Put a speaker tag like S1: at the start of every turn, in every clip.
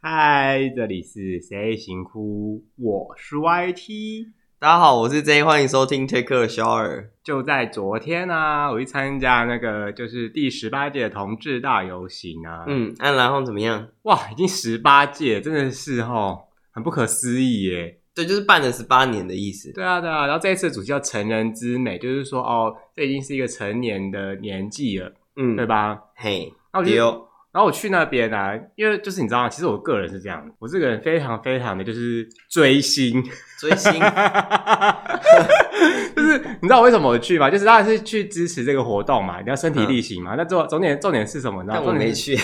S1: 嗨，这里是谁行哭？我是 YT。
S2: 大家好，我是 J，欢迎收听 Take a Shower。
S1: 就在昨天啊，我去参加那个就是第十八届的同志大游行啊，
S2: 嗯，按然后怎么样？
S1: 哇，已经十八届，真的是吼，很不可思议耶。
S2: 对，就是办了十八年的意思。
S1: 对啊，对啊，然后这一次的主题叫成人之美，就是说哦，这已经是一个成年的年纪了，
S2: 嗯
S1: 对？吧？
S2: 嘿，
S1: 那我就
S2: 对哦，
S1: 然后我去那边啊，因为就是你知道吗？其实我个人是这样的，我这个人非常非常的就是追星，
S2: 追 星
S1: 就是你知道为什么我去吗？就是当然是去支持这个活动嘛，你要身体力行嘛。那重重点重点是什么？你知道
S2: 嗯但
S1: 吗？
S2: 我
S1: 重
S2: 没
S1: 点是
S2: 去。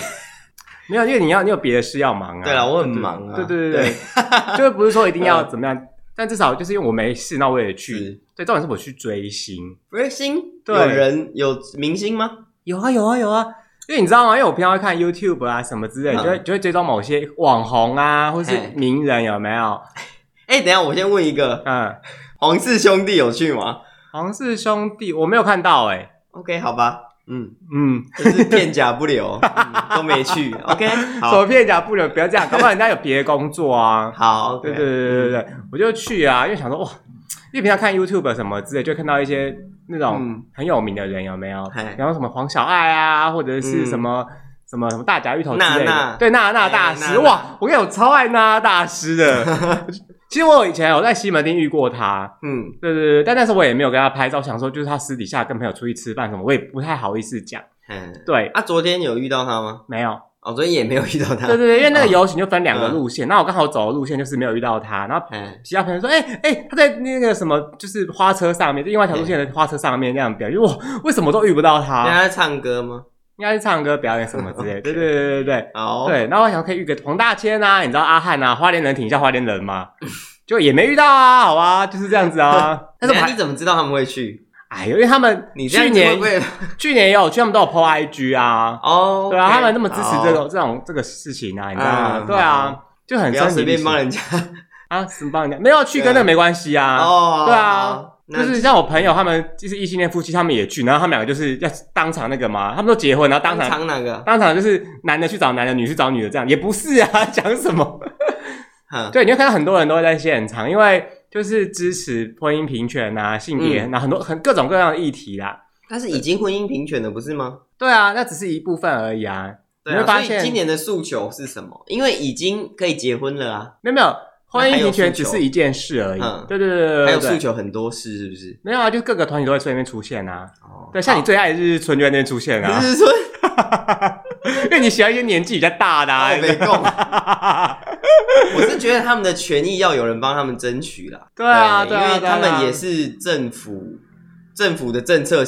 S1: 没有，因为你要你有别的事要忙啊。
S2: 对啦我很忙啊
S1: 对
S2: 嗯
S1: 对对对， 就是不是说一定要怎么样，但至少就是因为我没事，那我也去
S2: 是。
S1: 对，重点是我去追星。
S2: 追星？
S1: 对
S2: 有人有明星吗？
S1: 有啊有啊有啊，因为你知道吗？因为我平常会看 YouTube 啊什么之类，
S2: 嗯
S1: 就会就会追踪某些网红啊，或是
S2: 嘿
S1: 名人有没有？
S2: 哎、等一下我先问一个，
S1: 嗯，
S2: 黄氏兄弟有去吗
S1: 皇室兄弟我没有看到哎、
S2: ？OK，好吧，嗯，
S1: 嗯，
S2: 就是片甲不 留，嗯都没去。OK，好
S1: 手，片甲不留，不要这样，搞不好人家有别的工作啊。
S2: 好，OK，嗯
S1: 对对对对对对，我就去啊，因为想说哇，因为平常看 YouTube 什么之类，就会看到一些那种
S2: 嗯
S1: 很有名的人有没有
S2: 嗨？
S1: 然后什么黄小爱啊，或者是
S2: 嗯
S1: 什么。什么什么大甲芋头之类的，
S2: 娜娜
S1: 对娜娜
S2: 哎
S1: 大
S2: 娜
S1: 师，
S2: 娜
S1: 哇！我跟你讲，我超爱娜娜大师的。 其实我以前有在西门町遇过他，
S2: 嗯，
S1: 对对对，但那时候我也没有跟他拍照，想说就是他私底下跟朋友出去吃饭什么，我也不太好意思讲。
S2: 嗯，
S1: 对，
S2: 啊，昨天有遇到他吗？
S1: 没有，
S2: 哦，昨天也没有遇到他。
S1: 对对对，因为那个
S2: 哦
S1: 游行就分两个路线，那、我刚好走的路线就是没有遇到他，然后
S2: 嗯，
S1: 其他朋友说，哎、哎、他在那个什么，就是花车上面，就另外一条路线的花车上面那样表演，哇，为什么都遇不到
S2: 那
S1: 他？
S2: 他在唱歌吗？
S1: 应该是唱歌表演什么之 类的，对对对对对
S2: 好，
S1: 对。对，那我想可以遇个黄大千啊，你知道阿汉啊，花莲人挺像花莲人 吗？就也没遇到啊，好啊，就是这样子啊。但
S2: 但
S1: 是
S2: 是
S1: 我
S2: 你
S1: 还，
S2: 怎么知道他们会去？
S1: 哎呦，因为他们
S2: 你这样
S1: 去
S2: 子
S1: 年
S2: 会不会
S1: 去年也有去，他们都有 PO IG 啊，
S2: 哦，
S1: 对啊，
S2: OK，
S1: 他们那么支持这
S2: 好，
S1: 种这种这个事情啊，你知道吗？
S2: 嗯
S1: 对啊，就很
S2: 不要
S1: 身体
S2: 随
S1: 力
S2: 便
S1: 行
S2: 帮人家
S1: 啊，什么帮人家没有去
S2: 对啊
S1: 跟那个没关系啊。
S2: 哦
S1: 对啊，
S2: 好
S1: 就
S2: 那
S1: 是像我朋友他们，就是异性恋夫妻，他们也去，然后他们两个就是要当场那个嘛，他们都结婚，然后当
S2: 当
S1: 场
S2: 场哪个？
S1: 当场就是男的去找男的，女去找女的，这样也不是啊， 讲什么？
S2: 哼
S1: 对，你会看到很多人都会在现场，因为就是支持婚姻平权啊、性别，
S2: 嗯
S1: 然后很多很各种各样的议题啦。
S2: 但是已经婚姻平权了，不是吗？
S1: 对啊，那只是一部分而已啊。
S2: 对
S1: 你会
S2: 啊，
S1: 发
S2: 所
S1: 现
S2: 以今年的诉求是什么？因为已经可以结婚了啊，
S1: 没有没有，婚姻
S2: 还有
S1: 平权
S2: 诉
S1: 只
S2: 求
S1: 是一件事而已。
S2: 嗯
S1: 对对对对对，
S2: 还有
S1: 对
S2: 诉求很多事，是不是？
S1: 没有啊，就各个团体都会在那边出现啊。
S2: 哦
S1: 对，像你最爱的日日春就在那边出现 啊
S2: 只，是 说
S1: 因为你喜欢一些年纪比较大的、啊。
S2: 我没空， 我是觉得他们的权益要有人帮他们争取啦。
S1: 对啊对啊
S2: 因为
S1: 对啊
S2: 他
S1: 对啊
S2: 们也是政府政府的政策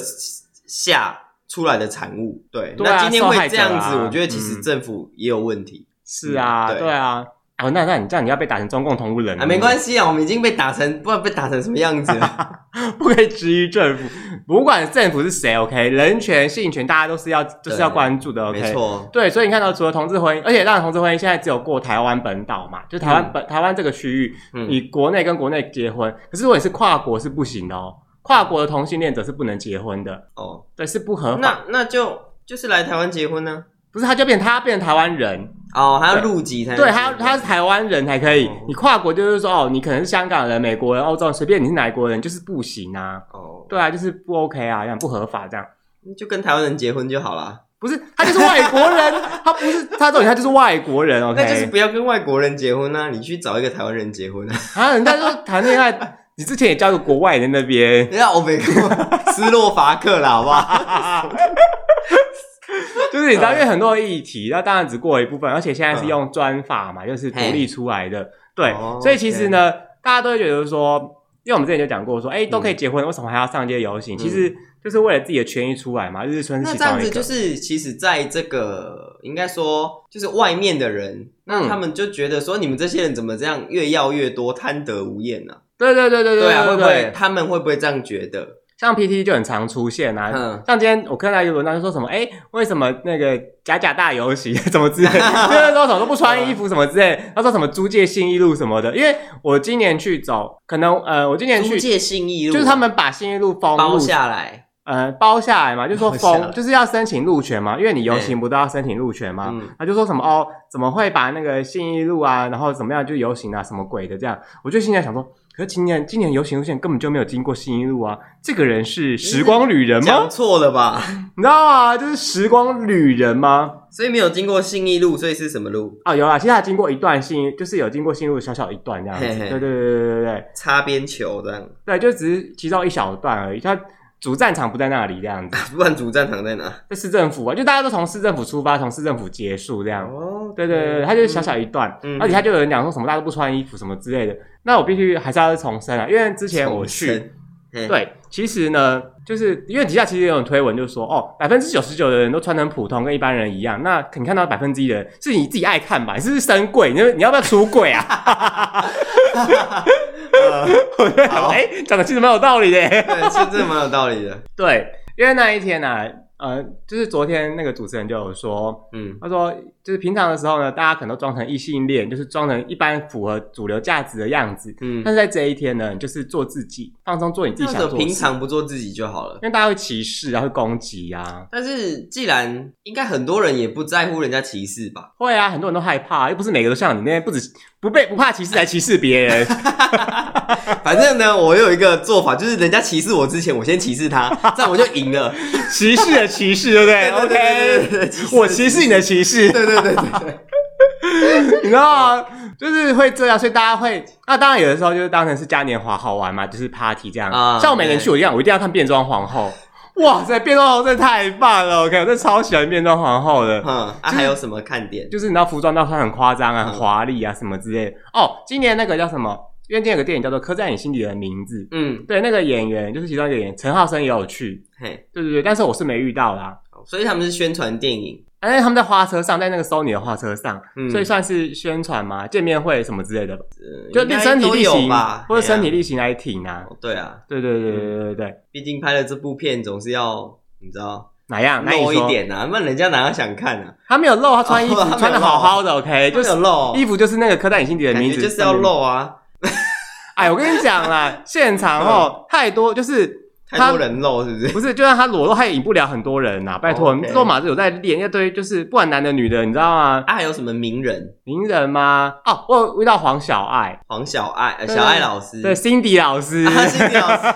S2: 下出来的产物。对，
S1: 对啊
S2: 那今天
S1: 受害
S2: 会
S1: 者
S2: 这样子，
S1: 啊
S2: 我觉得其实
S1: 嗯
S2: 政府也有问题
S1: 是啊，
S2: 嗯对
S1: 对啊。哦，那那你这样你要被打成中共同路人
S2: 啊。没关
S1: 系，
S2: 系啊，我们已经被打成，不知道被打成什么样子了。
S1: 不可以质疑政府，不管政府是谁，OK，人权、性权，大家都是要就是要关注的，OK。
S2: 没错，
S1: 对，所以你看到除了同志婚姻，而且当然同志婚姻现在只有过台湾本岛嘛，就台湾本、台湾这个区域，
S2: 嗯
S1: 你国内跟国内结婚，可是如果你是跨国是不行的哦，跨国的同性恋者是不能结婚的，
S2: 哦，
S1: 对，是不合法。
S2: 那那就就是来台湾结婚呢、
S1: 不是他就变他变成台湾人，
S2: 哦，还要入籍才能
S1: 对
S2: 结
S1: 他
S2: 婚
S1: 他是台湾人才可以
S2: 哦。
S1: 你跨国就是说哦，你可能是香港人、美国人、欧洲人，随便你是哪一国人，就是不行啊。
S2: 哦，
S1: 对啊，就是不 OK 啊，这样不合法这样。
S2: 就跟台湾人结婚就好啦。
S1: 不是他就是外国 人，他不是他重点他就是外国人，OK？
S2: 那就是不要跟外国人结婚啊，你去找一个台湾人结婚啊。
S1: 啊，人家说谈恋爱，你之前也交个国外人那边，
S2: 人家欧美国 斯洛伐克啦，好不好？
S1: 就是你知
S2: 嗯
S1: 道，因为很多议题，那当然只过一部分，而且现在是用专法嘛，就是独立出来的，对，
S2: 哦
S1: 所以其实呢，大家都会觉得说，因为我们之前就讲过说，哎，都
S2: 嗯
S1: 可以结婚，为什么还要上街游行？其实就是为了自己的权益出来嘛，日日春是
S2: 那
S1: 其
S2: 这样
S1: 中一
S2: 子就
S1: 个。
S2: 是，其实在这个应该说，就是外面的人，
S1: 嗯
S2: 那他们就觉得说，你们这些人怎么这样越要越多，贪得无厌呢、啊？
S1: 对对对对
S2: 对啊，
S1: 对
S2: 会不
S1: 对
S2: 会，他们会不会这样觉得？
S1: 像 PT 就很常出现啊。
S2: 嗯，
S1: 像今天我看到一个文章，就说什么，哎，为什么那个假假大游行 怎么之类，就是说什么都不穿衣服什么之类，他说什么租界信义路什么的，因为我今年去走，可能呃，我今年
S2: 租
S1: 去
S2: 界信义路
S1: 就是他们把信义路封
S2: 包
S1: 路
S2: 下来，
S1: 呃包下来嘛，就说
S2: 包下来
S1: 封就是要申请路权嘛，因为你游行不都要申请路权嘛，
S2: 嗯，
S1: 他就说什么哦，怎么会把那个信义路啊，然后怎么样就游行啊，什么鬼的这样？我就心里在想说，可是今年今年游行路线根本就没有经过信义路啊，这个人是时光旅人吗
S2: 讲？错了吧？
S1: 你知道啊，就是时光旅人吗？
S2: 所以没有经过信义路，所以是什么路？
S1: 啊，有啦，其实他经过一段信义，就是有经过信义路小小一段这样子，
S2: 嘿嘿
S1: 对对对对对对
S2: 擦边球这样，
S1: 对，就只是其中一小段而已，他主战场不在那里这样子，
S2: 不然主战场在哪？
S1: 在市政府啊，就大家都从市政府出发，从市政府结束这样。
S2: 哦，
S1: 对对对，对它就是小小一段，
S2: 嗯
S1: 而且他就有人讲说什么大家都不穿衣服什么之类的，那我必须还是要重申啊，因为之前我去，，
S2: 对，
S1: 对，其实呢，就是因为底下其实有人推文就说，哦，百分之九十九的人都穿得很普通，跟一般人一样，那你看到百分之一的人是你自己爱看吧，你是不是神鬼，你要你要不要出轨啊？
S2: 呃
S1: 我就想说，
S2: 好
S1: 哎、讲的其实蛮有道理的，
S2: 对，是真的蛮有道理的。
S1: 对，因为那一天呢、呃，就是昨天那个主持人就有说，
S2: 嗯，
S1: 他说，就是平常的时候呢，大家可能都装成异性恋，就是装成一般符合主流价值的样子。
S2: 嗯
S1: 但是在这一天呢，你就是做自己，放松做你自
S2: 那
S1: 己
S2: 为
S1: 想
S2: 什
S1: 做
S2: 么
S1: 的
S2: 平
S1: 事，
S2: 常不做自己就好了
S1: 因？为大家会歧视啊，会攻击啊，
S2: 但是既然应该很多人也不在乎人家歧视吧？
S1: 会啊，很多人都害怕，又不是每个都像你那样，不止不被不怕歧视，还歧视别人。
S2: 反正呢，我有一个做法，就是人家歧视我之前，我先歧视他，这样我就赢了。
S1: 歧视的歧视，对不对
S2: 对对对对对对歧视的歧
S1: OK，
S2: 视
S1: 我歧视你的歧视，
S2: 对对对对对，
S1: 你知道吗？就是会这样，所以大家会那当然有的时候就是当成是嘉年华好玩嘛，就是 party 这样。
S2: 啊
S1: 像我每年去我一样，我一定要看变装皇后。哇塞，变装皇后真的太棒了！OK，我真的超喜欢变装皇后的。
S2: 嗯，啊，还有什么看点？
S1: 就是你知道服装到穿很夸张啊、
S2: 嗯
S1: 很华丽啊什么之类的。哦，今年那个叫什么？因为今年有个电影叫做《刻在你心底的名字》，
S2: 嗯，
S1: 对，那个演员就是其中一个演员陈浩生也有去，
S2: 嘿，
S1: 对对对，但是我是没遇到啦。
S2: 所以他们是宣传电影，
S1: 但是他们在花车上，在那个 Sony 的花车上，
S2: 嗯
S1: 所以算是宣传嘛，见面会什么之类的吧。
S2: 呃
S1: 就
S2: 应该
S1: 身体
S2: 都
S1: 力
S2: 有
S1: 行
S2: 吧，哎
S1: 或者身体
S2: 力。
S1: 力行来挺啊。
S2: 哦对啊，
S1: 对对对对对对，
S2: 毕竟拍了这部片，总是要你知道
S1: 哪样？那你
S2: 露一
S1: 说，
S2: 点啊，不然人家哪想看啊？
S1: 他没有露，他穿衣服
S2: 哦他没有
S1: 穿的
S2: 露
S1: 好好的，OK，就
S2: 就是
S1: 是
S2: 露，
S1: 衣服就是那个刻在你心底的
S2: 感
S1: 名
S2: 觉
S1: 字，
S2: 就是要。露啊，
S1: 哎，我跟你讲 啦，现场
S2: 嗯
S1: 哦太多，就是
S2: 太多人露是不是？
S1: 不是就算他裸露，他也引不了很多人呐。拜托，
S2: 哦 OK
S1: 罗马子有在练一堆，就是不管男的女的，你知道吗？
S2: 啊，还有什么名人？
S1: 名人吗？哦，我有遇到黄小爱，
S2: 黄小爱，呃
S1: 对
S2: 小爱老师，
S1: 对，Cindy 老师，
S2: 啊，心理老师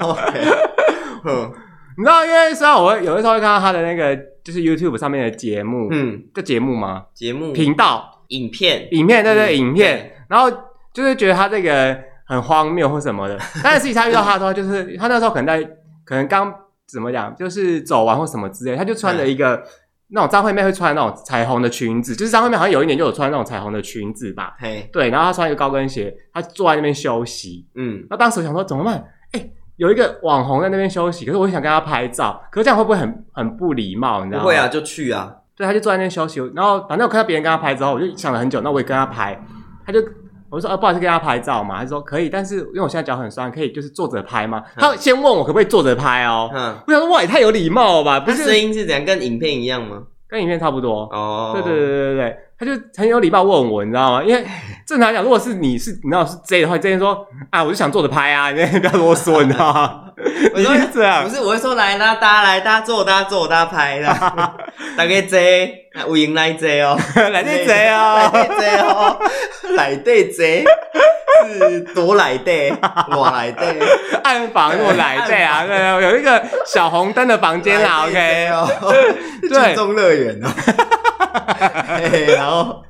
S2: ，OK，嗯
S1: 你知道，因为虽然我会有的时候会看到他的那个就是 YouTube 上面的节目，
S2: 嗯，
S1: 叫节目吗？
S2: 节目
S1: 频道，
S2: 影片，
S1: 影片，对对，
S2: 嗯
S1: 影片，然后就是觉得他这个很荒谬或什么的。 但是实际上遇到他的时候，就是他那时候可能在，可能刚怎么讲，就是走完或什么之类，他就穿着一个那种张惠妹会穿的那种彩虹的裙子，就是张惠妹好像有一年就有穿那种彩虹的裙子吧，
S2: 嘿，
S1: 对，然后她穿一个高跟鞋，她坐在那边休息。
S2: 嗯，
S1: 那当时我想说怎么办？哎，有一个网红在那边休息，可是我想跟他拍照，可是这样会不会很很不礼貌？你知
S2: 不
S1: 道吗？
S2: 会啊，就去啊，
S1: 对，他就坐在那边休息。然后反正我看到别人跟他拍照，我就想了很久，那我也跟他拍。他就我就说啊，不好意思跟他拍照嘛。他就说可以，但是因为我现在脚很酸，可以就是坐着拍吗？他先问我可不可以坐着拍哦。
S2: 嗯，
S1: 我想说哇，也太有礼貌了吧？不
S2: 他声
S1: 是
S2: 音是怎样，跟影片一样吗？
S1: 跟影片差不多。
S2: 哦，
S1: 对对对对对，他就很有礼貌问我，你知道吗？ 因为正常来讲，如果是你是你知道是 J 的话，J 说啊，我就想坐着拍啊， 你不要啰嗦，你知道吗？
S2: 我
S1: 你
S2: 说
S1: 是这样
S2: 不，是，我会说来啦，大家来，大家坐，大家坐，大家拍 啦，大家坐，啊有赢来坐哦，
S1: 来这 J
S2: 来
S1: 啊，
S2: 对坐哦，来对坐，是多 来对，我来对，
S1: 暗房我来这 啊，对，有一个小红灯的房间啦
S2: 来对
S1: ，OK
S2: 坐。哦，
S1: 对
S2: 群众 乐园哦，嘿然后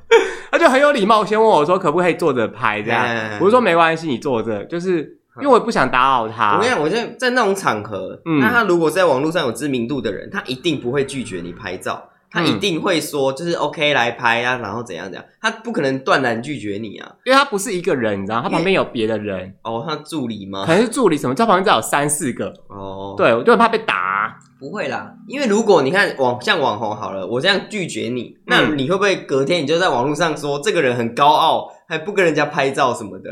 S1: 他就很有礼貌，先问我说可不可以坐着拍这样，
S2: 嗯
S1: 我就说没关系，你坐着，就是因为我也不想打扰他
S2: 我跟。你讲，我现在在那种场合，
S1: 嗯
S2: 那他如果是在网络上有知名度的人，他一定不会拒绝你拍照，他
S1: 嗯
S2: 一定会说就是 OK 来拍啊，然后怎样怎样，他不可能断然拒绝你啊。
S1: 因为他不是一个人，你知道，他旁边有别的人，
S2: 哦，他助理吗
S1: 可？能是助理什么，他旁边至少有三四个。
S2: 哦，，
S1: 对，我就很怕被打。
S2: 不会啦，因为如果你看网像网红好了，我这样拒绝你，那
S1: 嗯
S2: 你会不会隔天你就在网络上说这个人很高傲，还不跟人家拍照什么的？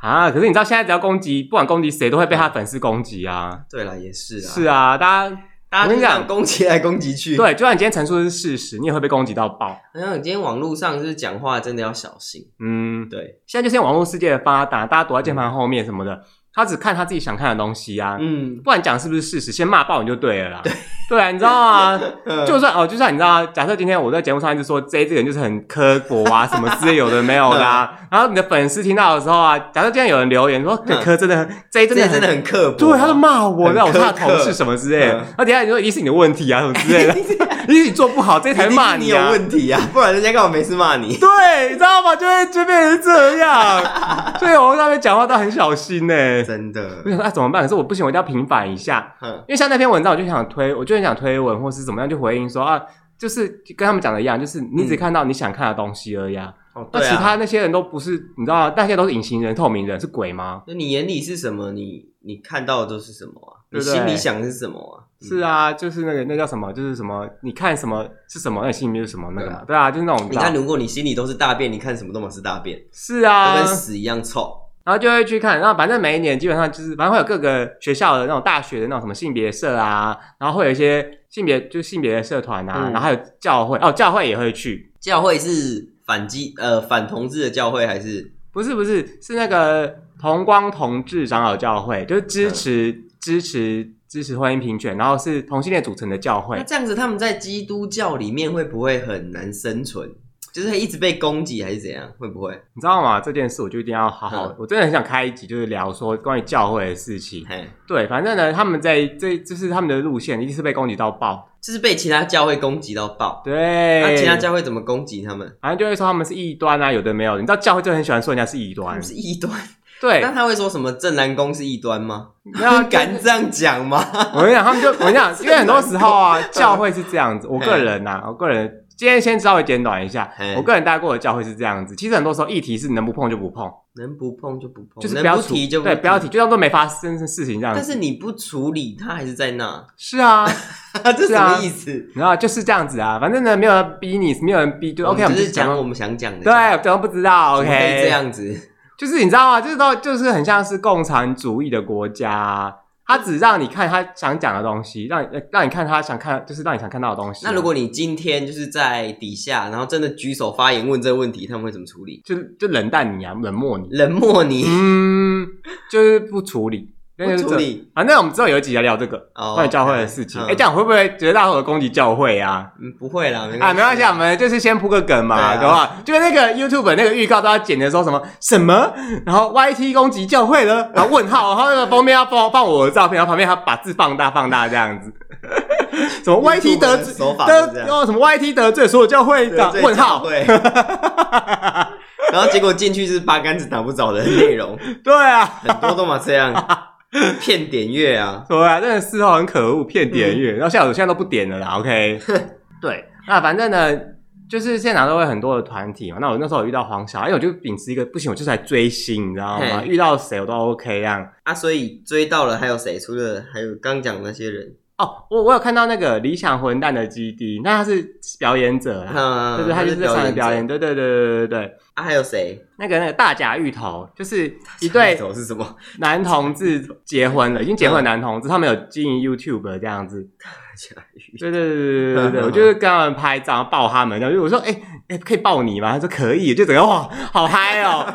S1: 啊！可是你知道，现在只要攻击，不管攻击谁，都会被他粉丝攻击啊！
S2: 对啦，也是啦，
S1: 是啊，大家
S2: 大家就
S1: 我跟你
S2: 这样
S1: 讲
S2: 攻击来攻击去。，
S1: 对，就算你今天陈述的是事实，你也会被攻击到爆。
S2: 好像你今天网络上就是讲话真的要小心。
S1: 嗯，
S2: 对，
S1: 现在就是因为网络世界的发达，大家躲在键盘后面什么的，他只看他自己想看的东西啊，
S2: 嗯，
S1: 不然讲是不是事实，先骂爆你就对了啦。对，啊，你知道啊，
S2: 嗯
S1: 就算哦，就算你知道，假设今天我在节目上一直说 J 这个人就是很刻薄啊，什么之类有的没有的 啊、然后你的粉丝听到的时候啊，假设今天有人留言说，对
S2: 嗯
S1: 柯真的很 J
S2: 这
S1: 真的
S2: 真的
S1: 很。
S2: 很刻薄，啊
S1: 对，他就骂我，
S2: 很
S1: 让我是他的
S2: 苛
S1: 同
S2: 刻
S1: 事什么之类的
S2: 嗯。
S1: 那等一下你说一定是你的问题啊，什么之 类的，一定是你做不好，这才
S2: 一定是
S1: 骂
S2: 你
S1: 啊。
S2: 有问题啊，不然人家干嘛没事骂你？
S1: 对，你知道吗？就会就变成这 样，所以我上面讲话都很小心呢、
S2: 真的
S1: 我，想说，那、啊怎么办？可是我不行，我一定要平反一下，
S2: 嗯
S1: 因为像那篇文章，我就想推，我就很想推文或是怎么样，就回应说啊，就是跟他们讲的一样，就是你只看到你想看的东西而已啊。
S2: 哦，
S1: 那、
S2: 对
S1: 其
S2: 啊，
S1: 他那些人都不是，你知道吗？那些都是隐形人、透明人，是鬼吗？
S2: 那你眼里是什么？你你看到的都是什么啊？
S1: 对
S2: 你
S1: 不对
S2: 心里想的是什么啊？
S1: 是啊，就是那个那叫什么，就是什么，你看什么是什么，那你心里面是什么那个嘛？对啊，就是那种
S2: 嗯，你看，如果你心里都是大便，你看什么都满是大便，
S1: 是啊，
S2: 都跟屎一样臭。
S1: 然后就会去看，然后反正每一年基本上就是，反正会有各个学校的那种大学的那种什么性别社啊，然后会有一些性别就性别的社团啊，
S2: 嗯
S1: 然后还有教会哦，教会也会去，
S2: 教会是反击呃反同志的教会还是
S1: 不是不是是那个同光同志长老教
S2: 嗯
S1: 会，就是支持、支持支持婚姻平权，然后是同性恋组成的教
S2: 那
S1: 会，
S2: 这样子，他们在基督教里面会不会很难生存？就是一直被攻击还是怎样？会不会？
S1: 你知道吗？这件事我就一定要好好，
S2: 嗯
S1: 我真的很想开一集就是聊说关于教会的事情。
S2: 嘿，
S1: 对，反正呢，他们在这就是他们的路线一定是被攻击到爆，
S2: 就是被其他教会攻击到爆。
S1: 对，
S2: 那、啊其他教会怎么攻击他们？
S1: 反正就会说他们是异端啊，有的没有的。你知道教会就很喜欢说人家是异
S2: 他
S1: 端
S2: 们，是异端，
S1: 对
S2: 那，他会说什么正南宫是异端吗？
S1: 那
S2: 敢这样讲吗？
S1: 我跟你讲，他们就我跟你讲，因为很多时候啊，教会是这样 子。我个人呐、我个人今天先稍微简短一下
S2: 嘿，
S1: 我个人待过的教会是这样子。其实很多时候议题是能不碰就不碰，
S2: 能不碰就不碰，
S1: 就是
S2: 哦能
S1: 要
S2: 不
S1: 处
S2: 提就不
S1: 对，不要提，。就当做没发生的事情这样
S2: 但
S1: 子。
S2: 是你不处理，他还是在那，
S1: 是啊，
S2: 这
S1: 是
S2: 什
S1: 啊
S2: 么意思？
S1: 然后就是这样子啊，反正呢，没有人逼你，没有人逼，就 OK，我
S2: 嗯就
S1: 们
S2: 是讲
S1: 讲
S2: 我们想讲的，
S1: 对，我都不知道
S2: 怎么可以
S1: ，OK，
S2: 这样子，
S1: 就是啊你知道吗？就是到就是很像是共产主义的国家，他只让你看他想讲的东西，让你让你看他想看，就是让你想看到的东西。啊
S2: 那如果你今天就是在底下，然后真的举手发言问这个问题，他们会怎么处理？
S1: 就就冷淡你啊，冷漠你，
S2: 冷漠你，
S1: 嗯，就是不处理，那就
S2: 不
S1: 是
S2: 处
S1: 这。
S2: 理
S1: 反正我们之后有一集来聊这个
S2: 哦
S1: 关于教会的事情。
S2: 嗯
S1: 哎、这样会不会觉得大伙有攻击教会啊？
S2: 嗯，不会啦，没
S1: 啊，没关系，啊，
S2: 啊
S1: 我，们就是先铺个梗嘛，
S2: 对啊
S1: 对吧、就跟那个 YouTube 那个预告都要剪的时候，什么什么，然后 YT 攻击教会了，然后问号，然后那个封面要放放我的照片，然后旁边还把字放大放大这样子，什么 YT 得罪
S2: 手法是这
S1: 得
S2: 样
S1: 哦什么 YT 得罪所有教会的问号，
S2: 会。 然后结果进去是八竿子打不着的内容，
S1: 对啊，
S2: 很多都嘛这样，骗点阅啊。
S1: 对啊，真的事后很可恶，骗点
S2: 嗯
S1: 阅，然后现在我现在都不点了啦，OK，对， 那反正呢。就是现场都会很多的团体嘛，那我那时候有遇到黄小，因为我就秉持一个不行，我就是来追星，你知道吗？
S2: 嘿
S1: 遇到谁我都 OK 这样。
S2: 啊，所以追到了还有谁？除了还有刚讲那些人，
S1: 哦，我我有看到那个理想混蛋的基地，那他是表演者啦，
S2: 啊，
S1: 对对，嗯他就是在上
S2: 演
S1: 面
S2: 者
S1: 表演，对对对对对对。
S2: 啊，还有谁？
S1: 那个那个大甲芋头，就是 一对
S2: 手 是什么？
S1: 男同志结婚了，已经结婚的男同志，他们有经营 YouTube 这样子。对对对对对对 对，我就是跟他们拍照，抱他们，然后就我说，哎、哎、可以抱你吗？他说可以，就整个哇，好嗨 哦！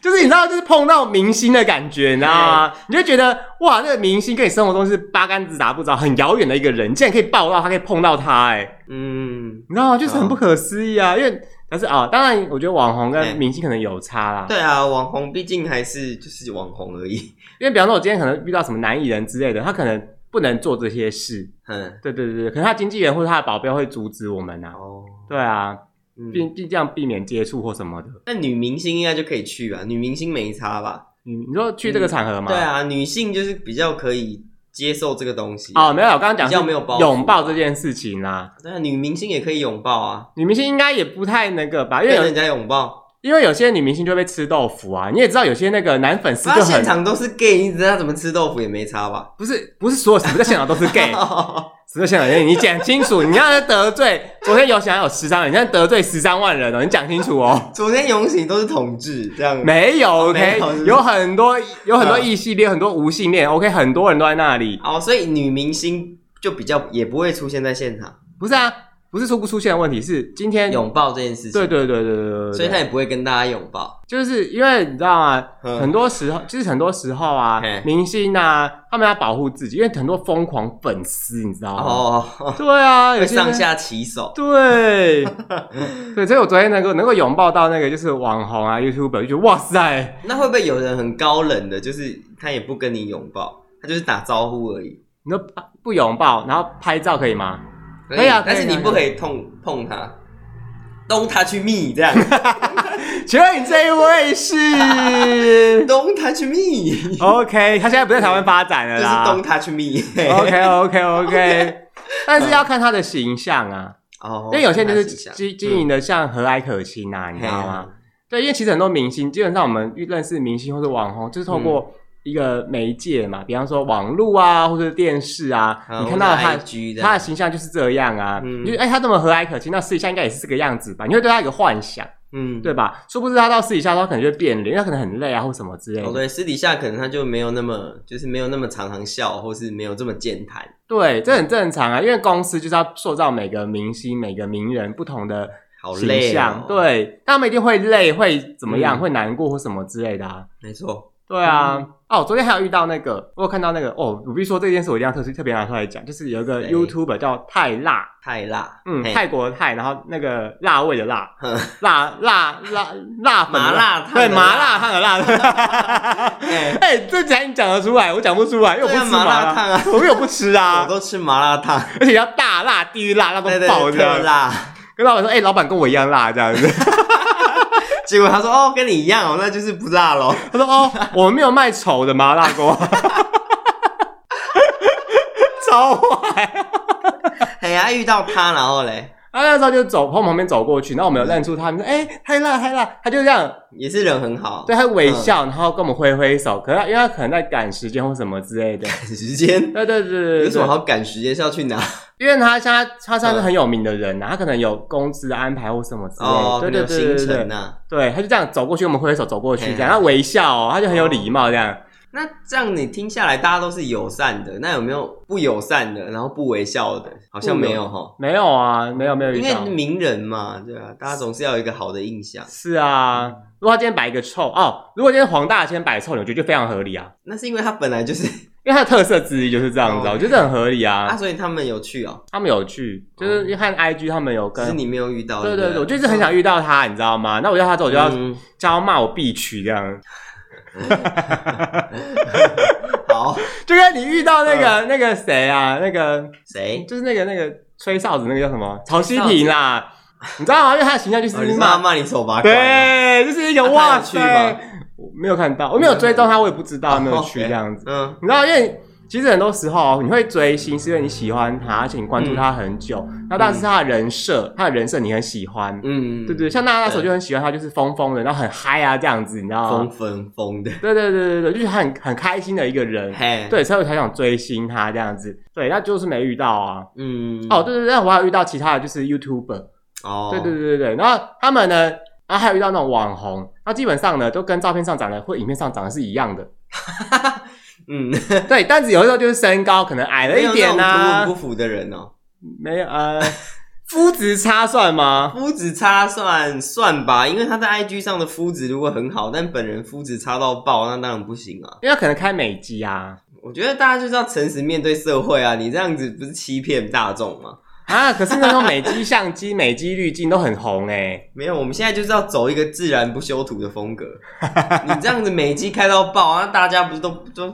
S1: 就是你知道，就是碰到明星的感觉，你知道吗？
S2: 哎
S1: 你就觉得哇，这个明星跟你生活中是八竿子打不着、很遥远的一个人，竟然可以抱到他，可以碰到他、哎。
S2: 嗯，
S1: 你知道吗？就是很不可思议啊！因为但是啊，当然，我觉得网红
S2: 哎
S1: 跟明星可能有差啦。
S2: 对啊，网红毕竟还是就是网红而已。
S1: 因为比方说，我今天可能遇到什么男艺人之类的，他可能不能做这些事。
S2: 嗯，
S1: 对对对对，可能他经纪人或者他的保镖会阻止我们啊。
S2: 哦，
S1: 对啊，
S2: 嗯
S1: 避避这样避免接触或什么的。
S2: 那女明星应该就可以去吧？女明星没差吧？
S1: 你你说去这个场合吗？
S2: 对。啊，女性就是比较可以接受这个东西。
S1: 哦，没有，我刚刚讲
S2: 比较
S1: 是
S2: 没有包袱啊
S1: 拥抱这件事情啦。
S2: 对啊，女明星也可以拥抱啊，
S1: 女明星应该也不太那个吧，因
S2: 跟
S1: 为有
S2: 人家拥抱。
S1: 因为有些女明星就会被吃豆腐啊。你也知道，有些那个男粉丝
S2: 那
S1: 就很
S2: 现场都是 gay，你知道怎么吃豆腐也没差吧？
S1: 不是不是所有什么在现场都是 gay，十个现场人，你讲清楚，你要得罪昨天游行还有十三人，你现在得罪十三万人哦，你讲清楚哦。
S2: 昨天游行都是同志这样，
S1: 没有
S2: 哦没
S1: ，OK，
S2: 有是不是
S1: 有很多有很多
S2: 嗯
S1: 异系列，很多无性恋，OK，很多人都在那里。
S2: 哦，所以女明星就比较也不会出现在现场。
S1: 不是啊，不是出不出现的问题，是今天
S2: 拥抱这件事
S1: 嗯
S2: 情，
S1: 对对对对对对对，
S2: 所以他也不会跟大家拥抱。
S1: 就是因为你知道吗？
S2: 嗯
S1: 很多时候，就是很多时候啊
S2: 嘿，
S1: 明星啊，他们要保护自己，因为很多疯狂粉丝，你知道吗？
S2: 哦，
S1: 对啊，有
S2: 会
S1: 些人
S2: 上下其手。
S1: 对，对，所以我昨天能够能够拥抱到那个就是网红啊、YouTuber，就觉得哇塞，
S2: 那会不会有人很高冷的，就是他也不跟你拥抱，他就是打招呼而已？
S1: 你都不拥抱，然后拍照可以吗？
S2: 可
S1: 可以啊
S2: 但是
S1: 可以啊
S2: 你不可以碰碰他，Don't touch me 这 样
S1: 请问你这一位 是
S2: ，Don't touch me，
S1: OK？他现在不在台湾发展
S2: 就
S1: 了
S2: 是
S1: 啦。
S2: Don't touch me。
S1: OK OK OK，但是要看他的形象啊，
S2: 哦
S1: 因为有些人就是
S2: 看他形象
S1: 经经营的像和蔼可亲啊，你知道吗？对，因为其实很多明星，基本上我们认识明星或是网红，就是透过
S2: 嗯
S1: 一个媒介嘛，比方说网络啊，或者电视啊，
S2: 啊
S1: 你看到
S2: 或者
S1: 他
S2: IG 这
S1: 他的
S2: 样，
S1: 形象就是这样啊，
S2: 嗯
S1: 你就哎、他这么和蔼可亲，那私底下应该也是这个样子吧？你会对他有一个幻想，
S2: 嗯，
S1: 对吧？殊不知他到私底下他可能就会变脸，他可能很累啊，或什么之类的。
S2: 哦，对，私底下可能他就没有那么，就是没有那么常常笑，或是没有这么健谈，
S1: 对，这很正常啊，因为公司就是要塑造每个明星、每个名人不同的
S2: 好
S1: 形
S2: 累、
S1: 象，
S2: 哦。，
S1: 对，他们一定会累，会怎么样，
S2: 嗯
S1: 会难过或什么之类的啊。
S2: 没错。
S1: 对啊，哦，我昨天还有遇到那个，我有看到那个哦，我必须说这件事，我一定要特特别拿出来讲，就是有一个
S2: 谁
S1: YouTuber 叫泰辣，
S2: 太辣，
S1: 嗯，
S2: 嘿
S1: 泰国的泰，然后那个辣味的辣，
S2: 哼
S1: 辣辣辣辣粉的
S2: 麻辣烫
S1: 对
S2: 的
S1: 麻辣烫的辣。
S2: 哎
S1: 哎、这才你讲得出来，我讲不出来，因为我不
S2: 对啊
S1: 吃
S2: 麻辣
S1: 辣
S2: 烫啊
S1: 我又不吃啊
S2: 我，都吃麻 辣烫，
S1: 而且要大辣、地狱辣，那
S2: 对
S1: 种
S2: 对
S1: 爆
S2: 对，
S1: 这样
S2: 特。辣。
S1: 跟老板说，哎、老板跟我一样辣这样子。
S2: 结果他说哦，跟你一样哦，那就是不辣咯。
S1: 他说，哦，我们没有卖丑的麻辣锅， 超坏。
S2: 哎呀，遇到他然后嘞，
S1: 他那时候就走从我们旁边走过去，然后我们有认出他，我
S2: 嗯
S1: 们说，哎、太辣太辣，他就这样
S2: 也是人很好，
S1: 对，他微
S2: 嗯
S1: 笑，然后跟我们挥挥手。可是他因为他可能在赶时间或什么之 类的。
S2: 赶时间。
S1: 对对对对
S2: 有
S1: 对
S2: 什么
S1: 对，
S2: 好赶时间是要去哪？
S1: 因为他现在他算是
S2: 嗯
S1: 很有名的人啊呐、他可能有公司的安排或什么之类的。
S2: 哦，
S1: 对
S2: 可能
S1: 对
S2: 有
S1: 对对
S2: 行
S1: 对
S2: 程啊
S1: 对，
S2: 呐。
S1: 对，他就这样走过去，我们挥挥手走过去，
S2: 嘿
S1: 这样他微笑、哦，他就很有礼貌这样。
S2: 那这样你听下来，大家都是友善的，那有没有不友善的，然后不微笑的？好像没有哈，
S1: 没有啊，没有没有遇
S2: 因为
S1: 到。
S2: 名人嘛，对啊，大家总是要有一个好的印象。
S1: 是啊，
S2: 嗯
S1: 如果他今天摆一个臭哦，如果今天黄大千摆臭，我觉得就非常合理啊，
S2: 那是因为他本来就是
S1: 因为他的特色之一就是这样子啊，
S2: 哦
S1: 我觉得这很合理
S2: 啊，
S1: 啊。
S2: 所以他们有去哦，
S1: 他们有去，就是一看 IG 他们有
S2: 只是
S1: 跟。
S2: 你没有遇到。
S1: 对
S2: 对
S1: 对
S2: 不
S1: 对，我就是很想遇到他，你知道吗？那我要他之后，我就要
S2: 嗯
S1: 叫他骂我必娶这样，
S2: 好，
S1: 就跟你遇到那
S2: 嗯
S1: 个、那个谁啊，那个
S2: 谁？
S1: 就是那个那个吹哨子那个叫什么曹希平啦，你知道吗？因为他的形象就是
S2: 哦你是
S1: 骂
S2: 骂骂你丑八怪吗。
S1: 对，就是一
S2: 啊
S1: 种
S2: 他
S1: 哇
S2: 有去
S1: 塞
S2: 吗，
S1: 我没有看到，我没有追踪他，我也不知啊道有没有去这样子。
S2: 嗯，
S1: 你知道，因为其实很多时候哦你会追星，是因为你喜欢他，而且你
S2: 嗯
S1: 关注他很久。那但是他的人设，他的人设你很喜欢，
S2: 嗯，
S1: 对对，像娜娜那时候就很喜欢他，就是疯疯的，然后很嗨啊这样子，你知道
S2: 疯
S1: 吗？
S2: 疯疯的，
S1: 对对对对对，就是很很开心的一个人。
S2: 嘿，，
S1: 对，所以我才想追星他这样子，对，那就是没遇到啊。
S2: 嗯，
S1: 哦，，对对对，那我还有遇到其他的，就是 YouTuber，
S2: 哦，
S1: 对对对对对，然后他们呢，然后还有遇到那种网红，那基本上呢都跟照片上长得或影片上长得是一样的，
S2: 嗯，
S1: 对，但是有的时候就是身高可能矮了一点啊
S2: 呐，
S1: 呐、
S2: 图文不符的人哦，
S1: 没有呃， 肤质差算吗？
S2: 肤质差算算吧，因为他在 IG 上的肤质如果很好，但本人肤质差到爆，那当然不行啊。
S1: 因为他可能开美肌啊，
S2: 我觉得大家就是要诚实面对社会啊，你这样子不是欺骗大众吗？
S1: 啊，可是那种美肌相机、美肌滤镜都很红哎、
S2: 没有，我们现在就是要走一个自然不修图的风 格。你这样子美肌开到爆，啊那大家不是都 都，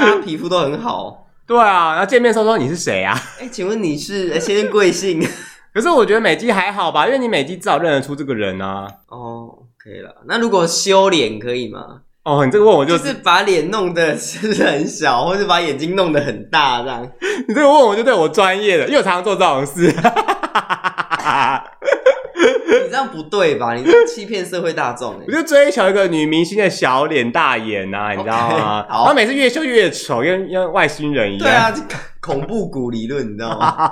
S2: 大家皮肤都很好。
S1: 对啊，然后见面说说你是谁啊？
S2: 哎、请问你是、哎先生贵姓？
S1: 可是我觉得美肌还好吧，因为你美肌至少认得出这个人啊。
S2: 哦，可以了。那如果修脸可以吗？
S1: 哦，你这个问我就，
S2: 就是是把脸弄得 是不是很小，或是把眼睛弄得很大这样？
S1: 你这个问我就对我专业的，因为我常常做这种事。
S2: 你这样不对吧？你这样欺骗社会大众、哎
S1: 我就追求一个女明星的小脸大眼呐、你知道吗
S2: OK，好
S1: 然后每次越秀越丑，跟跟外星人一样，
S2: 对啊，这恐怖谷理论你知道 吗？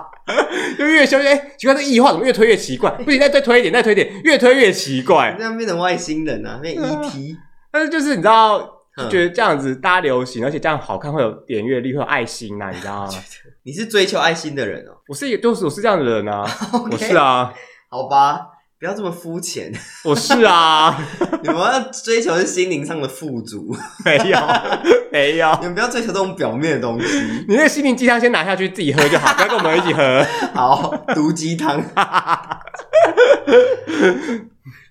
S1: 就越秀越哎奇怪，这异化怎么越推越奇怪？不行，再再推一点，再推一点，越推越奇
S2: 你
S1: 怪。
S2: 这样变成外星人啊，变 ET。
S1: 但是就是你知道，
S2: 嗯
S1: 啊 觉得这样子大家流行，而且这样好看，会有点阅率，会有爱心呐、你知道吗？
S2: 嗯你是追求爱心的人哦。
S1: 我是也就是我是这样的人啊，我
S2: OK
S1: 是，啊，
S2: 好吧，不要这么肤浅，
S1: 我是啊，
S2: 你们要追求是心灵上的富足，
S1: 没有没有，
S2: 你们不要追求这种表面的东西。
S1: 你那个心灵鸡汤先拿下去自己喝就好，不要跟我们一起喝。
S2: 好，毒鸡汤。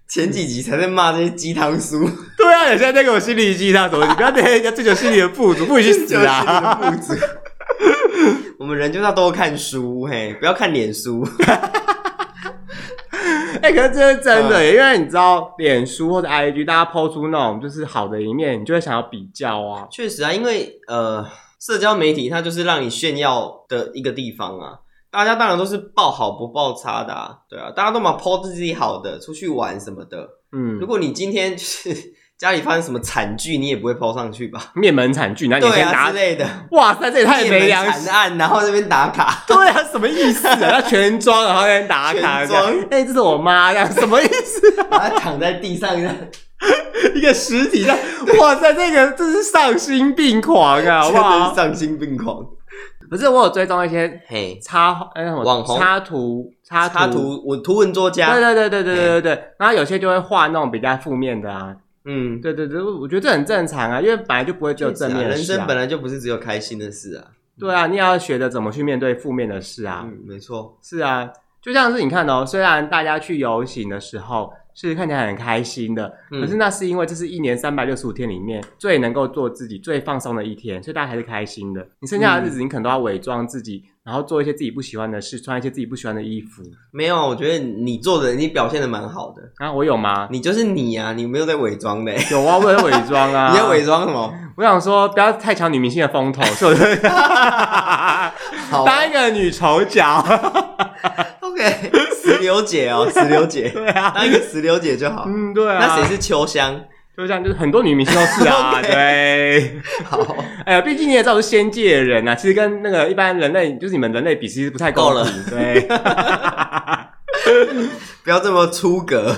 S2: 前几集才在骂这些鸡汤书，
S1: 对啊，你现在在给我心灵鸡汤什么？你不要对人家追求心理的富足，不许去死 啊！
S2: 就是你的父子 我们人就是要多看书，嘿，不要看脸书。
S1: 哎、可是这是真的耶，
S2: 嗯
S1: 因为你知道，脸书或者 IG，大家抛出那种就是好的一面，你就会想要比较啊。
S2: 确实啊，因为呃，社交媒体它就是让你炫耀的一个地方啊。大家当然都是报好不报差的、啊，对啊，大家都嘛 po 自己好的，出去玩什么的。如
S1: 嗯，
S2: 果你今天就是 家里发生什么惨剧，你也不会 po 上去吧？
S1: 面门惨剧，那你
S2: 对
S1: 先
S2: 啊
S1: 拿
S2: 之，类的，
S1: 哇塞，这也太没良
S2: 灭门
S1: 心
S2: 惨案，然后在那边打 卡，
S1: 对啊，什么意思啊？要全装，然后在那边打卡，
S2: 全装
S1: 这样哎、这是我妈，这样什么意 思、啊？
S2: 然后躺在地 上这样，
S1: 一个实体在，哇塞，这个这是丧心病狂啊，好不
S2: 真的是
S1: 好？
S2: 丧心病狂。
S1: 不是，我有追踪一些
S2: 嘿，
S1: 插哎什么
S2: 网红
S1: 插图插
S2: 插图，哎我图文作
S1: 对
S2: 家，
S1: 对对对对对对对，然后有些就会画那种比较负面的啊，
S2: 嗯，
S1: 对对对，我觉得这很正常啊，因为本来就不会只有正面的
S2: 人
S1: 事
S2: 生
S1: 啊
S2: 本，来就不是只有开心的事啊。
S1: 对啊，你也要学着怎么去面对负面的事啊，
S2: 嗯，没错，
S1: 是啊，就像是你看哦，虽然大家去游行的时候是看起来很开心的，
S2: 嗯
S1: 可是那是因为这是一年三百六十五天里面最能够做自己、最放松的一天，所以大家还是开心的。你剩下的日
S2: 嗯
S1: 子，你可能都要伪装自己，然后做一些自己不喜欢的事，穿一些自己不喜欢的衣服。
S2: 没有，我觉得你做的你表现的蛮好的，
S1: 啊，我有吗？
S2: 你就是你啊，你没有在伪装的、欸
S1: 有啊，我有伪装啊。
S2: 你在伪装 什么？
S1: 我想说，不要太抢女明星的风头，所以我 就
S2: 好
S1: 当一个女丑角。
S2: ，OK，石榴姐哦，石榴姐，
S1: 对啊，
S2: 当一个石榴姐就好。
S1: 嗯，对啊。
S2: 那谁是秋香？
S1: 就这样，就是很多女明星都是 啊，对。
S2: 好，
S1: 哎呀，毕竟你也知道我是仙界的人啊，其实跟那个一般人类，就是你们人类比，其实不太公
S2: 够了
S1: 平。对，
S2: 不要这么出 格。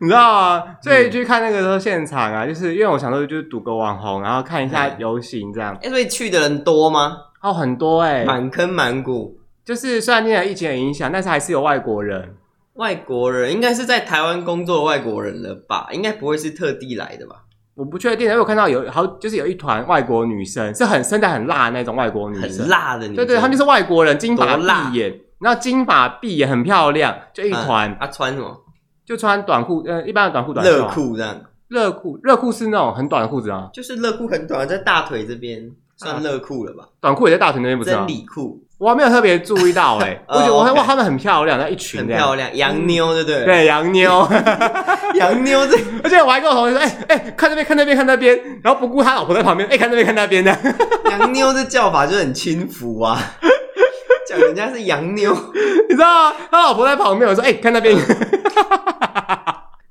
S1: 你知道
S2: 嗯
S1: 啊，所以去看那个时候现场啊，就是因为我想说就是赌个网红，然后看一下
S2: 嗯
S1: 游行这样。
S2: 哎、所以去的人多吗？
S1: 哦，很多哎、
S2: 满坑满谷，
S1: 就是虽然今年疫情的影响，但是还是有外国人。
S2: 外国人应该是在台湾工作的外国人了吧？应该不会是特地来的吧？
S1: 我不确定，因为我看到有好就是有一团外国女生，是很身材很辣的那种外国女生
S2: 很，辣的女生，
S1: 对对，她们就是外国人，金发
S2: 多辣
S1: 碧眼，然后金发碧眼很漂亮，就一团、
S2: 啊，穿什么
S1: 就穿短裤，呃，一般的短裤短袖
S2: 热
S1: 啊，
S2: 裤这样，
S1: 热裤热裤是那种很短的裤子啊，
S2: 就是热裤很短，在大腿这边算热裤了吧？
S1: 短裤也在大腿那啊边不是
S2: 真
S1: 吗？
S2: 理裤
S1: 我还没有特别注意到哎、 欸，我
S2: 哦
S1: 觉得我
S2: OK
S1: 哇，她们很漂亮，那一群
S2: 很
S1: 这样
S2: 漂亮，洋
S1: 嗯
S2: 妞对不对？，
S1: 对洋妞，
S2: 洋妞这
S1: 而且我还跟我同学说，哎、哎、看那边看那边看那边，然后不顾他老婆在旁边，哎、看那边看那边 的，
S2: 洋妞这叫法就很轻浮啊，讲人家是洋妞，
S1: 你知道吗？他老婆在旁边，我说，哎、看那边，
S2: 哦啊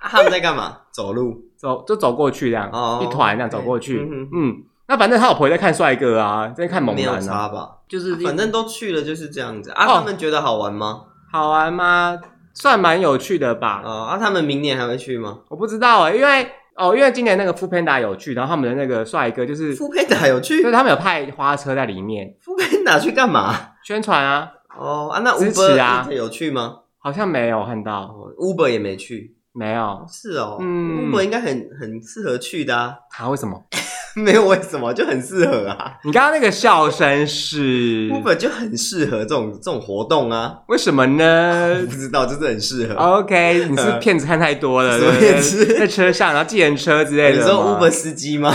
S2: 他们在干嘛？走路，
S1: 走就走过去这样，
S2: 哦
S1: 一团这样走过去，
S2: 嗯哼
S1: 嗯，那反正他老婆也在看帅哥啊，在看猛
S2: 没有
S1: 男啊，
S2: 差吧？
S1: 就是
S2: 反正都去了就是这样子啊。
S1: 哦
S2: 他们觉得好玩吗？
S1: 好玩吗？算蛮有趣的吧，
S2: 哦，啊，他们明年还会去吗？
S1: 我不知道哎、因为哦，因为今年那个 f o o Panda 有去，然后他们的那个帅哥就是，
S2: 富佩达有
S1: 就是
S2: 去，
S1: 他们有派花车在里面
S2: 富佩达去干嘛？
S1: 宣传啊，
S2: 哦啊，那
S1: 支
S2: Uber
S1: 持啊
S2: Eats 有去吗？
S1: 好像没有看到，
S2: 哦，Uber 也没去，
S1: 没有，
S2: 是哦，
S1: 嗯
S2: 嗯，Uber 应该很很适合去的啊，
S1: 他、啊、为什么？
S2: 没有为什么就很适合啊
S1: 你刚刚那个笑声是
S2: ，Uber 就很适合这种这种活动啊，
S1: 为什么
S2: 我
S1: 呢
S2: 不知道就是很适
S1: 啊
S2: 合。
S1: ？OK，你是骗子看太多了，
S2: 呃什
S1: 对
S2: 么
S1: 不对
S2: 骗子
S1: 在车上，然后计程车之类
S2: 你
S1: 的吗。
S2: 说 Uber 司 机吗？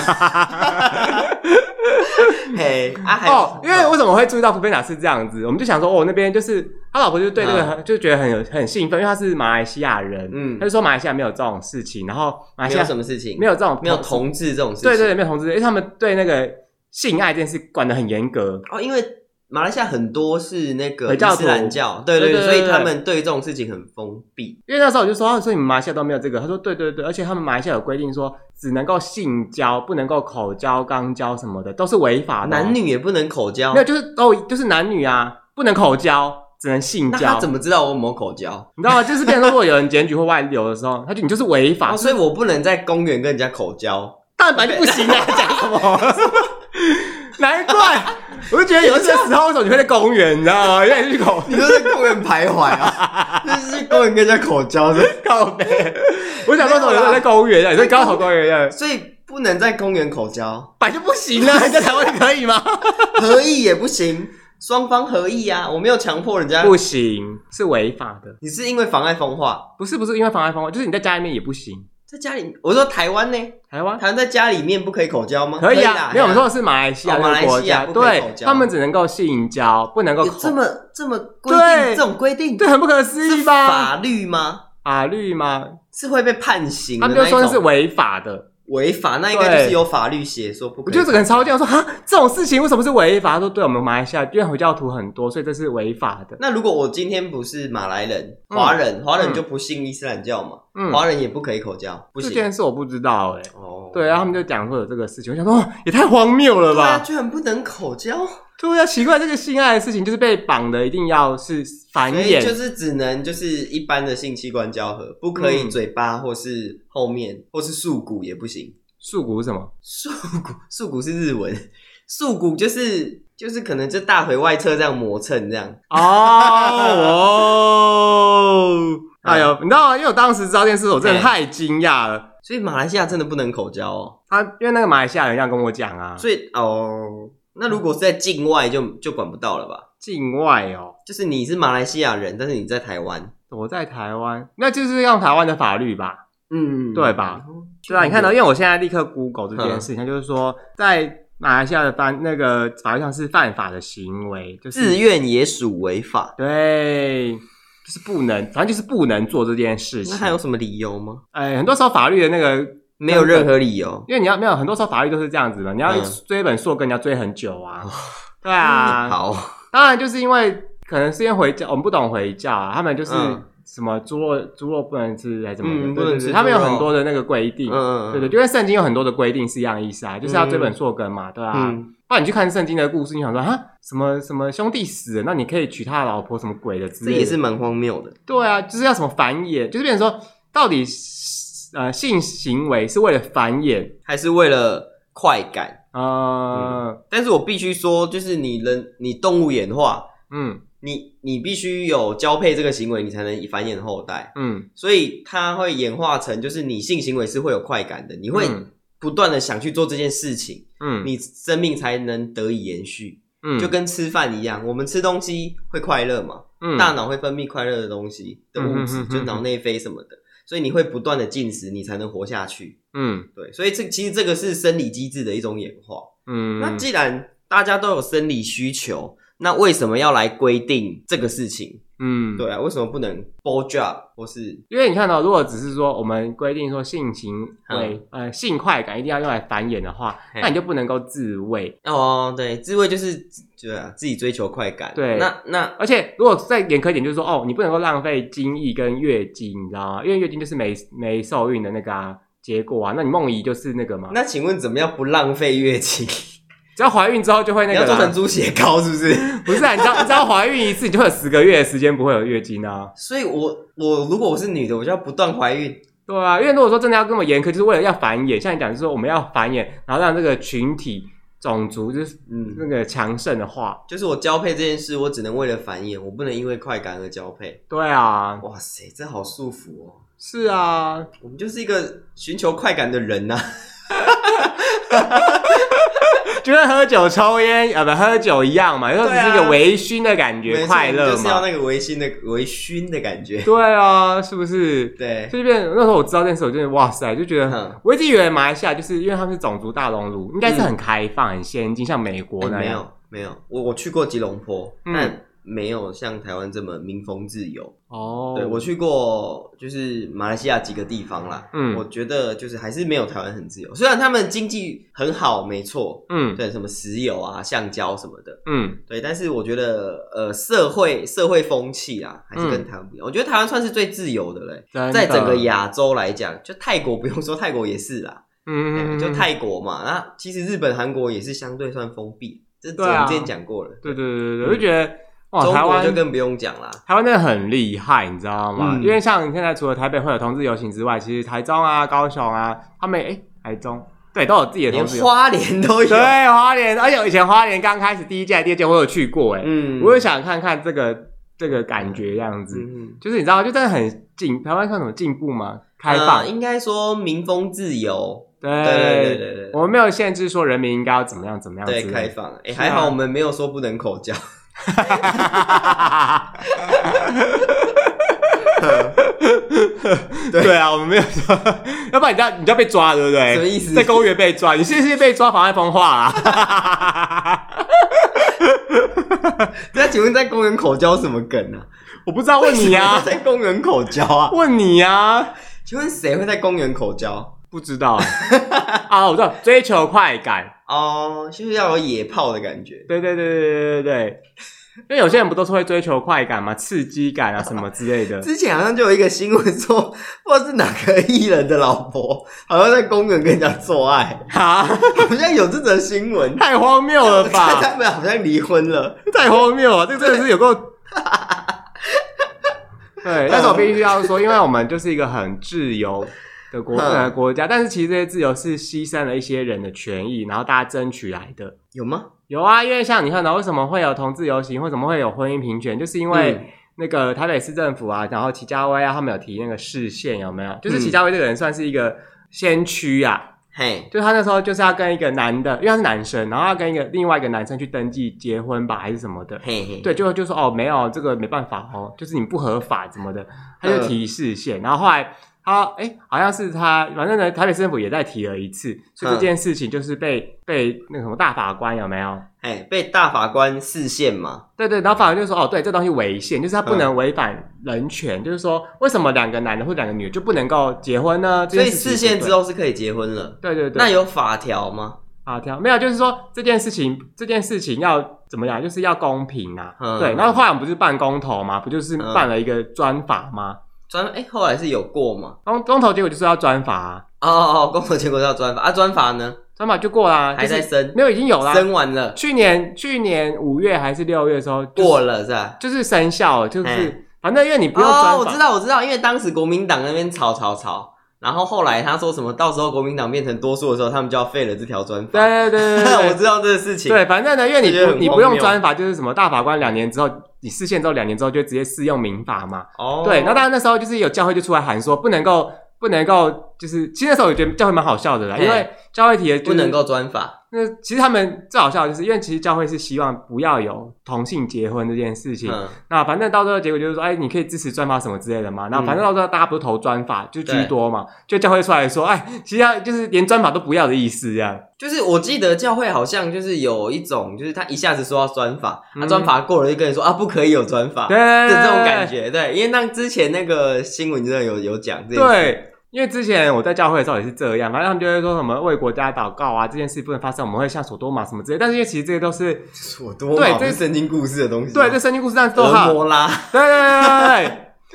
S2: 嘿，啊，还有
S1: 哦，因为为什么会注意到福贝塔是这样子？我们就想说，哦，那边就是他老婆就对这个很、就觉得很有很兴奋，因为他是马来西亚人，
S2: 嗯
S1: 他就说马来西亚没有这种事情，然后马来
S2: 没
S1: 西
S2: 有
S1: 亚
S2: 什么事情，
S1: 没
S2: 有
S1: 有这种
S2: 没有同志这种事情，
S1: 对对对没有同志，因为他们对那个性爱这件事管得很严格，
S2: 哦，因为马来西亚很多是那个
S1: 回
S2: 伊
S1: 教
S2: 斯兰
S1: 徒
S2: 教，对
S1: 对对
S2: 对对，所
S1: 对
S2: 以
S1: 对
S2: 他们对这种事情很封闭，
S1: 因为那时候我就说，啊所以你们马来西亚都没有这个，他说对对对，而且他们马来西亚有规定说只能够性交，不能够口交、肛交什么的，都是违法的哦，
S2: 男女也啊不能口交
S1: 没有，。就是都就是男女啊，不能口交，只能性
S2: 那
S1: 交
S2: 他。怎么知道我有没有口交？
S1: 你知道吗？就是变成说如果有人检举或外流的时候，他就你就是违法
S2: 哦，，所以我不能在公园跟人家口交。
S1: 当然本来就不行啊，讲什么？难怪我就觉得有些时候为什么你会在公园，你知道吗？因为你去口
S2: 你就在公园徘徊 啊，就是去公园跟人家口交的，
S1: 靠背， 我想说什么有在公园啊？你在高考公园啊？
S2: 所以不能在公园口交，
S1: 摆就不行 啊！你在台湾可以吗？
S2: 合意也不行，双方合意啊，我没有强迫人家。
S1: 不行，是违法的。
S2: 你是因为妨碍风化，
S1: 不是不是，因为妨碍风化，就是你在家里面也不行。
S2: 在家里，我说台湾呢，
S1: 台湾
S2: 台湾在家里面不可以口交吗？
S1: 可以
S2: 啦
S1: 啊，没有，我们
S2: 嘿
S1: 说的是马来西亚
S2: 哦
S1: 这
S2: 马来
S1: 个
S2: 西
S1: 国
S2: 亚
S1: 家，
S2: 不可以口
S1: 对
S2: 交
S1: 他们只能够性交，不能够
S2: 哎有
S1: 口
S2: 这么这么规定，
S1: 对
S2: 这种规定
S1: 对，很不可思
S2: 是
S1: 议吧？
S2: 法律吗？
S1: 法律吗？
S2: 是会被判刑
S1: 他
S2: 的
S1: 们
S2: 那
S1: 就
S2: 一种？
S1: 说是违法的。
S2: 违法，那应该就是有法律写说不可以。
S1: 我觉得这个人超贱，我说哈，这种事情为什么是违法？他说对我们马来西亚，因为回教徒很多，所以这是违法的。
S2: 那如果我今天不是马来人、
S1: 嗯
S2: 华人，华人
S1: 嗯
S2: 就不信伊斯兰教嘛，
S1: 嗯，
S2: 华人也不可以口交，不
S1: 这
S2: 行。
S1: 件事我不知道哎、
S2: 哦，
S1: 对，然后他们就讲说有这个事情，我想说哦，也太荒谬了
S2: 对啊，
S1: 吧？
S2: 居然不能口交，
S1: 对啊，奇怪，这个性爱的事情就是被绑的，一定要是繁
S2: 所以就
S1: 衍，
S2: 是只能就是一般的性器官交合，不可以
S1: 嗯
S2: 嘴巴或是后面或是束骨也不行。
S1: 束骨是什么？
S2: 束骨，束骨是日文， 束骨就是就是可能就大腿外侧这样磨蹭这样。
S1: 哦哦，哎呦，你知道吗？因为我当时知道这件事，我真的
S2: 哎
S1: 太惊讶了。
S2: 所以马来西亚真的不能口交哦。
S1: 他因为那个马来西亚人这样跟我讲啊，
S2: 所以哦，那如果是在境外就就管不到了吧？
S1: 境外哦，
S2: 就是你是马来西亚人，但是你在台湾，
S1: 我在台湾，那就是用台湾的法律吧？
S2: 嗯，
S1: 对吧？对啊，你看到，因为我现在立刻 Google 这件事情，它就是说在马来西亚的犯那个法律上是犯法的行为，就是
S2: 自愿也属违法，
S1: 对，就是不能，反正就是不能做这件事情
S2: 那。还有什么理由吗？
S1: 哎，很多时候法律的那个，
S2: 没有任何理由。
S1: 因为你要没有，很多时候法律都是这样子的，你要
S2: 嗯哦
S1: 追一本硕跟人家追很久啊。 对啊，，
S2: 好，
S1: 当然就是因为可能是因为回教，我们不懂回教啊，他们就是
S2: 嗯
S1: 什么猪肉猪肉不能吃还是怎么的，对
S2: 嗯不能
S1: 对对
S2: 吃
S1: 他们有
S2: 猪肉
S1: 很多的那个规定。
S2: 嗯
S1: 对对，，就跟圣经有很多的规定是一样的意思啊，就是要追本溯根嘛，对啊。
S2: 嗯，
S1: 不然你去看圣经的故事，你想说啊，什么什么兄弟死了，那你可以娶他的老婆，什么鬼的之类
S2: 这
S1: 的。
S2: 也是蛮荒谬的。
S1: 对啊，就是要什么繁衍，就是变成说，到底呃性行为是为了繁衍？
S2: 还是为了快感，
S1: 呃，
S2: 但是我必须说，就是你人你动物演化，
S1: 嗯
S2: 你你必须有交配这个行为，你才能繁衍后代。
S1: 嗯
S2: 所以它会演化成，就是你性行为是会有快感的，你会
S1: 嗯
S2: 不断的想去做这件事情，
S1: 嗯，
S2: 你生命才能得以延续。
S1: 嗯
S2: 就跟吃饭一样，我们吃东西会快乐嘛，
S1: 嗯
S2: 大脑会分泌快乐的东西的物质，
S1: 嗯嗯嗯嗯
S2: 就脑内啡什么的，所以你会不断的进食，你才能活下去。
S1: 嗯
S2: 对，所以这其实这个是生理机制的一种演化。
S1: 嗯，
S2: 那既然大家都有生理需求，那为什么要来规定这个事情？
S1: 嗯
S2: 对。啊，为什么不能 ball job 或是
S1: 因为你看到、如果只是说我们规定说性行为、呃性快感一定要用来繁衍的话，
S2: 嗯嘿
S1: 那你就不能够自慰。
S2: 哦，对，自慰就是对啊，自己追求快感。
S1: 对
S2: 那那
S1: 而且如果再严苛一点，就是说哦，你不能够浪费精液跟月经，你知道吗？因为月经就是没没受孕的那个啊、结果啊。那你梦遗就是那个嘛，
S2: 那，请问怎么样不浪费月经？
S1: 只要怀孕之后就会 那
S2: 你
S1: 个啊
S2: 要做
S1: 啦
S2: 成猪血糕是不是？
S1: 不是啊，你知道，你知道怀孕一次，你就会有十个月的时间不会有月经啊。
S2: 所以我我如果我是女的，我就要不断怀孕。
S1: 对啊，因为如果说真的要这么严苛，就是为了要繁衍，像你讲，就是说我们要繁衍，然后让这个群体种族就是
S2: 嗯，
S1: 那个强盛的话，
S2: 就是我交配这件事，我只能为了繁衍，我不能因为快感而交配。
S1: 对啊，
S2: 哇塞，这好束缚哦！
S1: 是啊，
S2: 我们就是一个寻求快感的人啊呐、
S1: 就跟喝酒、抽烟啊，不喝酒一样嘛，有时候只
S2: 对啊
S1: 是一个微醺的感觉，
S2: 没错
S1: 快
S2: 我们
S1: 乐
S2: 就是要
S1: 嘛。
S2: 那个微醺的微醺的感觉。
S1: 对啊，是不是？
S2: 对，
S1: 所以变那时候我知道这件事，我就觉得哇塞，就觉得
S2: 嗯
S1: 我一直以为马来西亚就是因为他们是种族大熔炉，应该是很开放、很先进，像美国
S2: 哎
S1: 那
S2: 没
S1: 样。
S2: 有没有，我我去过吉隆坡，
S1: 嗯
S2: 但没有像台湾这么民风自由。
S1: 哦，
S2: 对我去过，就是马来西亚几个地方啦，
S1: 嗯
S2: 我觉得就是还是没有台湾很自由。虽然他们经济很好，没错，
S1: 嗯
S2: 对什么石油啊、橡胶什么的，
S1: 嗯，
S2: 对，但是我觉得呃，社会社会风气啊，还是跟
S1: 嗯
S2: 台湾不一样。我觉得台湾算是最自由的嘞，
S1: 真的
S2: 在整个亚洲来讲，就泰国不用说，泰国也是啦，
S1: 嗯，
S2: 哎就泰国嘛。那其实日本、韩国也是相对算封闭，这我
S1: 对啊
S2: 们之前讲过了。
S1: 对对对对
S2: 嗯
S1: 对，我就觉得哇，
S2: 中
S1: 台
S2: 国就
S1: 湾
S2: 更不用讲啦，
S1: 台湾真的很厉害，你知道吗？
S2: 嗯
S1: 因为像现在除了台北会有同志游行之外，其实台中啊、高雄啊，他们哎、台中对，都有自己的
S2: 连
S1: 同事有。
S2: 花莲都有，
S1: 对，花莲，而且我以前花莲刚开始第一届、第二届我有去过，哎、
S2: 嗯，
S1: 我也想看看这个这个感觉这样子。
S2: 嗯，
S1: 就是你知道，就真的很进台湾算什么进步吗？开放，
S2: 呃应该说民风自由，
S1: 对
S2: 对对对对对。
S1: 我们没有限制说人民应该要怎么样怎么样之类
S2: 对，
S1: 的，
S2: 开放，
S1: 是
S2: 哎、
S1: 啊
S2: 还好我们没有说不能口交， 对
S1: 对啊，我们没有说，要不然你就要你就要被抓，对不对？
S2: 什么意思
S1: 在公园被抓，你是不是被抓妨碍风化 啊？
S2: 那请问在公园口交什么梗啊？
S1: 我不知道，问你
S2: 谁 会
S1: 啊，
S2: 在公园口交啊？
S1: 问你啊，
S2: 请问谁会在公园口交？
S1: 不知道啊，我知道，追求快感，
S2: 哦、就是要有野炮的感觉。
S1: 对对对对对对对，因为有些人不都是会追求快感嘛，刺激感啊什么之 类的，
S2: 之前好像就有一个新闻说，不知道是哪个艺人的老婆， 好像在公园跟人家做爱，
S1: 啊，
S2: 好像有这则新 闻。
S1: 太荒谬了
S2: 看
S1: 吧，
S2: 他们好像离婚了，
S1: 太荒谬了，这个真的是有够。 对，但是我必须要说，因为我们就是一个很自由的国
S2: 嗯
S1: 呃国家，但是其实这些自由是牺牲了一些人的权益，然后大家争取来的。
S2: 有吗？
S1: 有啊，因为像你看到为什么会有同志游行，为什么会有婚姻平权，就是因
S2: 嗯
S1: 为那个台北市政府啊，然后齐家威啊，他们有提那个视线有没有？就是
S2: 嗯
S1: 齐家威这个人算是一个先驱啊，
S2: 嘿，
S1: 就他那时候就是要跟一个男的，因为他是男生，然后要跟一个另外一个男生去登记结婚吧，还是什么的。
S2: 嘿嘿，，
S1: 对，就就说哦，没有这个没办法哦，就是你不合法怎么的，他
S2: 嗯
S1: 就提示线，然后后来他哎，好像是他，反正呢，台北市政府也在提了一次，所以
S2: 嗯
S1: 这件事情就是被被那个什么大法官有没有？
S2: 嘿，被大法官视线嘛，
S1: 对对，然后法官就说哦，对，这东西违宪，就是他不
S2: 嗯
S1: 能违反人权，就是说为什么两个男的或两个女的就不能够结婚呢？这
S2: 所
S1: 件
S2: 以
S1: 事情
S2: 视
S1: 不
S2: 线
S1: 对
S2: 之，后是可以结婚了。
S1: 对对对，
S2: 那有法条吗？
S1: 法条没有，就是说这件事情，这件事情要怎么样，就是要公平啊。
S2: 嗯
S1: 对，然后后来我们不是办公投嘛，不就是
S2: 嗯
S1: 办了一个专法吗？
S2: 专哎、后来是有过吗？
S1: 公公投结果就是要专法、啊，
S2: 哦哦，哦，公投结果叫专法啊，专法呢
S1: 专法就过啦、
S2: 还在
S1: 就是
S2: 生，
S1: 没有已经有啦。
S2: 生完了
S1: 去年去年五月还是六月的时候、就是
S2: 过了是吧？
S1: 就是生效了，就是
S2: 嘿
S1: 反正因为你不用专法，
S2: 哦，我知道我知道，因为当时国民党那边吵吵吵，然后后来他说什么，到时候国民党变成多数的时候，他们就要废了这条专法。
S1: 对对 对
S2: 我
S1: 对对。
S2: 知道这个事情。
S1: 对，反正呢，因为你
S2: 我觉得
S1: 不
S2: 很
S1: 你
S2: 荒
S1: 不用
S2: 谬
S1: 专法，就是什么大法官两年之后，你释宪之后两年之后就直接适用民法嘛。
S2: 哦，
S1: 对，那当然那时候就是有教会就出来喊说不能够不能够，就是其实那时候我觉得教会蛮好笑的啦，
S2: 嘿
S1: 因为教会提的、就是、
S2: 不能。够专法。
S1: 那其实他们最好笑的就是，因为其实教会是希望不要有同性结婚这件事情。
S2: 嗯，
S1: 那反正到最后结果就是说，哎，你可以支持专法什么之类的嘛。然后
S2: 嗯
S1: 反正到最后大家不是投专法就居多嘛，就教会出来说，哎，其实要就是连专法都不要的意思这样。
S2: 就是我记得教会好像就是有一种，就是他一下子说要专法，他、
S1: 嗯
S2: 专法过了就跟你说啊，不可以有专法，
S1: 对，
S2: 啊就这种感。觉。对，因为那之前那个新闻真的有有讲这件事
S1: 对，因为之前我在教会的时候也是这样，反正他们就会说什么为国家祷告啊，这件事不能发生，我们会像索多玛什么之类。但是因为其实这些都是
S2: 我多
S1: 对
S2: 嘛
S1: 这
S2: 不是圣经故事的东西吗，
S1: 对这圣经故事上都
S2: 德
S1: 好，对
S2: 摩拉，
S1: 对对对对。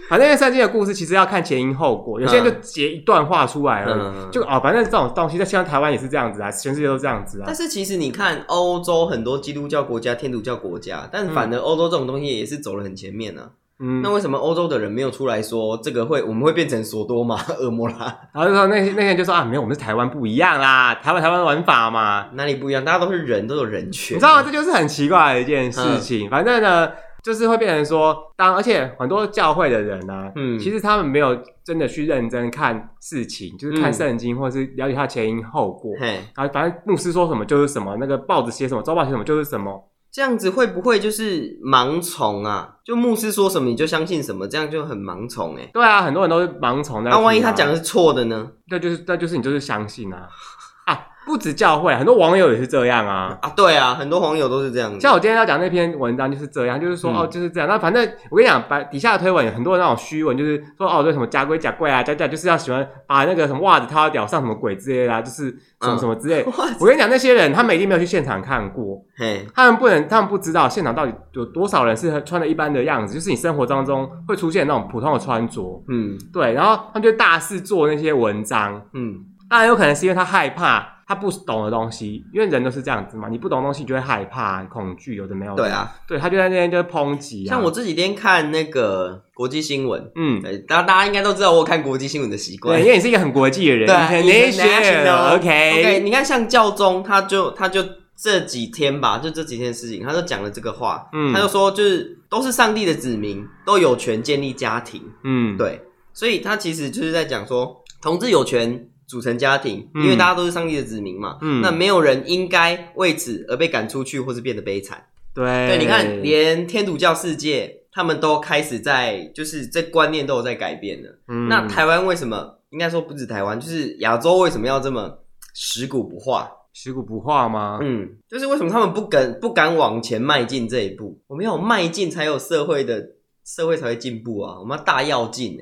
S1: 反正因为圣经的故事其实要看前因后果，有些人就截一段话出来而已，
S2: 嗯，
S1: 就哦，反正这种东西在像台湾也是这样子啊，全世界都这样子啊
S2: 但。是其实你看欧洲很多基督教国家、天主教国家，但反而欧洲这种东西也是走了很前面呢、
S1: 嗯
S2: 那，为什么欧洲的人没有出来说这个会我们会变成索多玛、 恶魔拉
S1: 然后就说那些那些人就说啊，没有，我们是台湾不一样啦，台湾台湾玩法嘛，
S2: 哪里不一样？大家都是人，都有人权，
S1: 你知道吗？这就是很奇怪的一件事
S2: 嗯
S1: 情。反正呢，就是会变成说，当而且很多教会的人呢、啊，
S2: 嗯
S1: 其实他们没有真的去认真看事情，就是看
S2: 嗯
S1: 圣经或者是了解它前因后果。
S2: 嘿，
S1: 然后反正牧师说什么就是什么，那个报纸写什么，周报写什么就是什么。
S2: 这样子会不会就是盲从啊？就牧师说什么你就相信什么，这样就很盲从哎、欸。
S1: 对啊，很多人都是盲从在
S2: 那、
S1: 听啊。
S2: 万一他讲的是错的呢？
S1: 那就是那就是你就是相信啊啊！不止教会，很多网友也是这样啊。
S2: 啊，对啊，很多网友都是这样子
S1: 像。我今天要讲那篇文章就是这样，就是说、
S2: 嗯
S1: 哦，就是这样。那反正我跟你讲，把底下的推文有很多那种虚文，就是说哦，对什么假龟假贵啊，假假就是要喜欢把那个什么袜子套到屌上什么鬼之类的、啊，就是什么
S2: 嗯
S1: 什么之类的。
S2: 哇
S1: 我跟你讲，那些人他们一定没有去现场看过，
S2: 嘿，
S1: 他们不能，他们不知道现场到底有多少人是穿的一般的样子，就是你生活当中会出现那种普通的穿着。
S2: 嗯
S1: 对，然后他们就大肆做那些文章，
S2: 嗯，
S1: 当然有可能是因为他害怕他不懂的东西，因为人都是这样子嘛，你不懂东西你就会害怕、恐惧，有的没有的。
S2: 对啊，
S1: 对他就在那边就抨击啊。
S2: 像我这几天看那个国际新闻，
S1: 嗯，
S2: 对，大大家应该都知道我有看国际新闻的习惯
S1: 对，因。为你是一个很国际的人
S2: 对
S1: ，international，OK，、哎
S2: OK，你看像教宗，他就他就这几天吧，就这几天的事情，他就讲了这个话，
S1: 嗯
S2: 他就说就是都是上帝的子民，都有权建立家庭，
S1: 嗯，
S2: 对，所以他其实就是在讲说，同志有权组成家庭，
S1: 嗯
S2: 因为大家都是上帝的子民嘛，
S1: 嗯
S2: 那没有人应该为此而被赶出去或是变得悲惨。
S1: 对，
S2: 对，你看，连天主教世界他们都开始在，就是这观念都有在改变了。
S1: 嗯
S2: 那台湾为什么？应该说不止台湾，就是亚洲为什么要这么食古不化？
S1: 食古不化吗？
S2: 嗯，就是为什么他们不敢不敢往前迈进这一步？我们要有迈进，才有社会的社会才会进步啊！我们要大跃进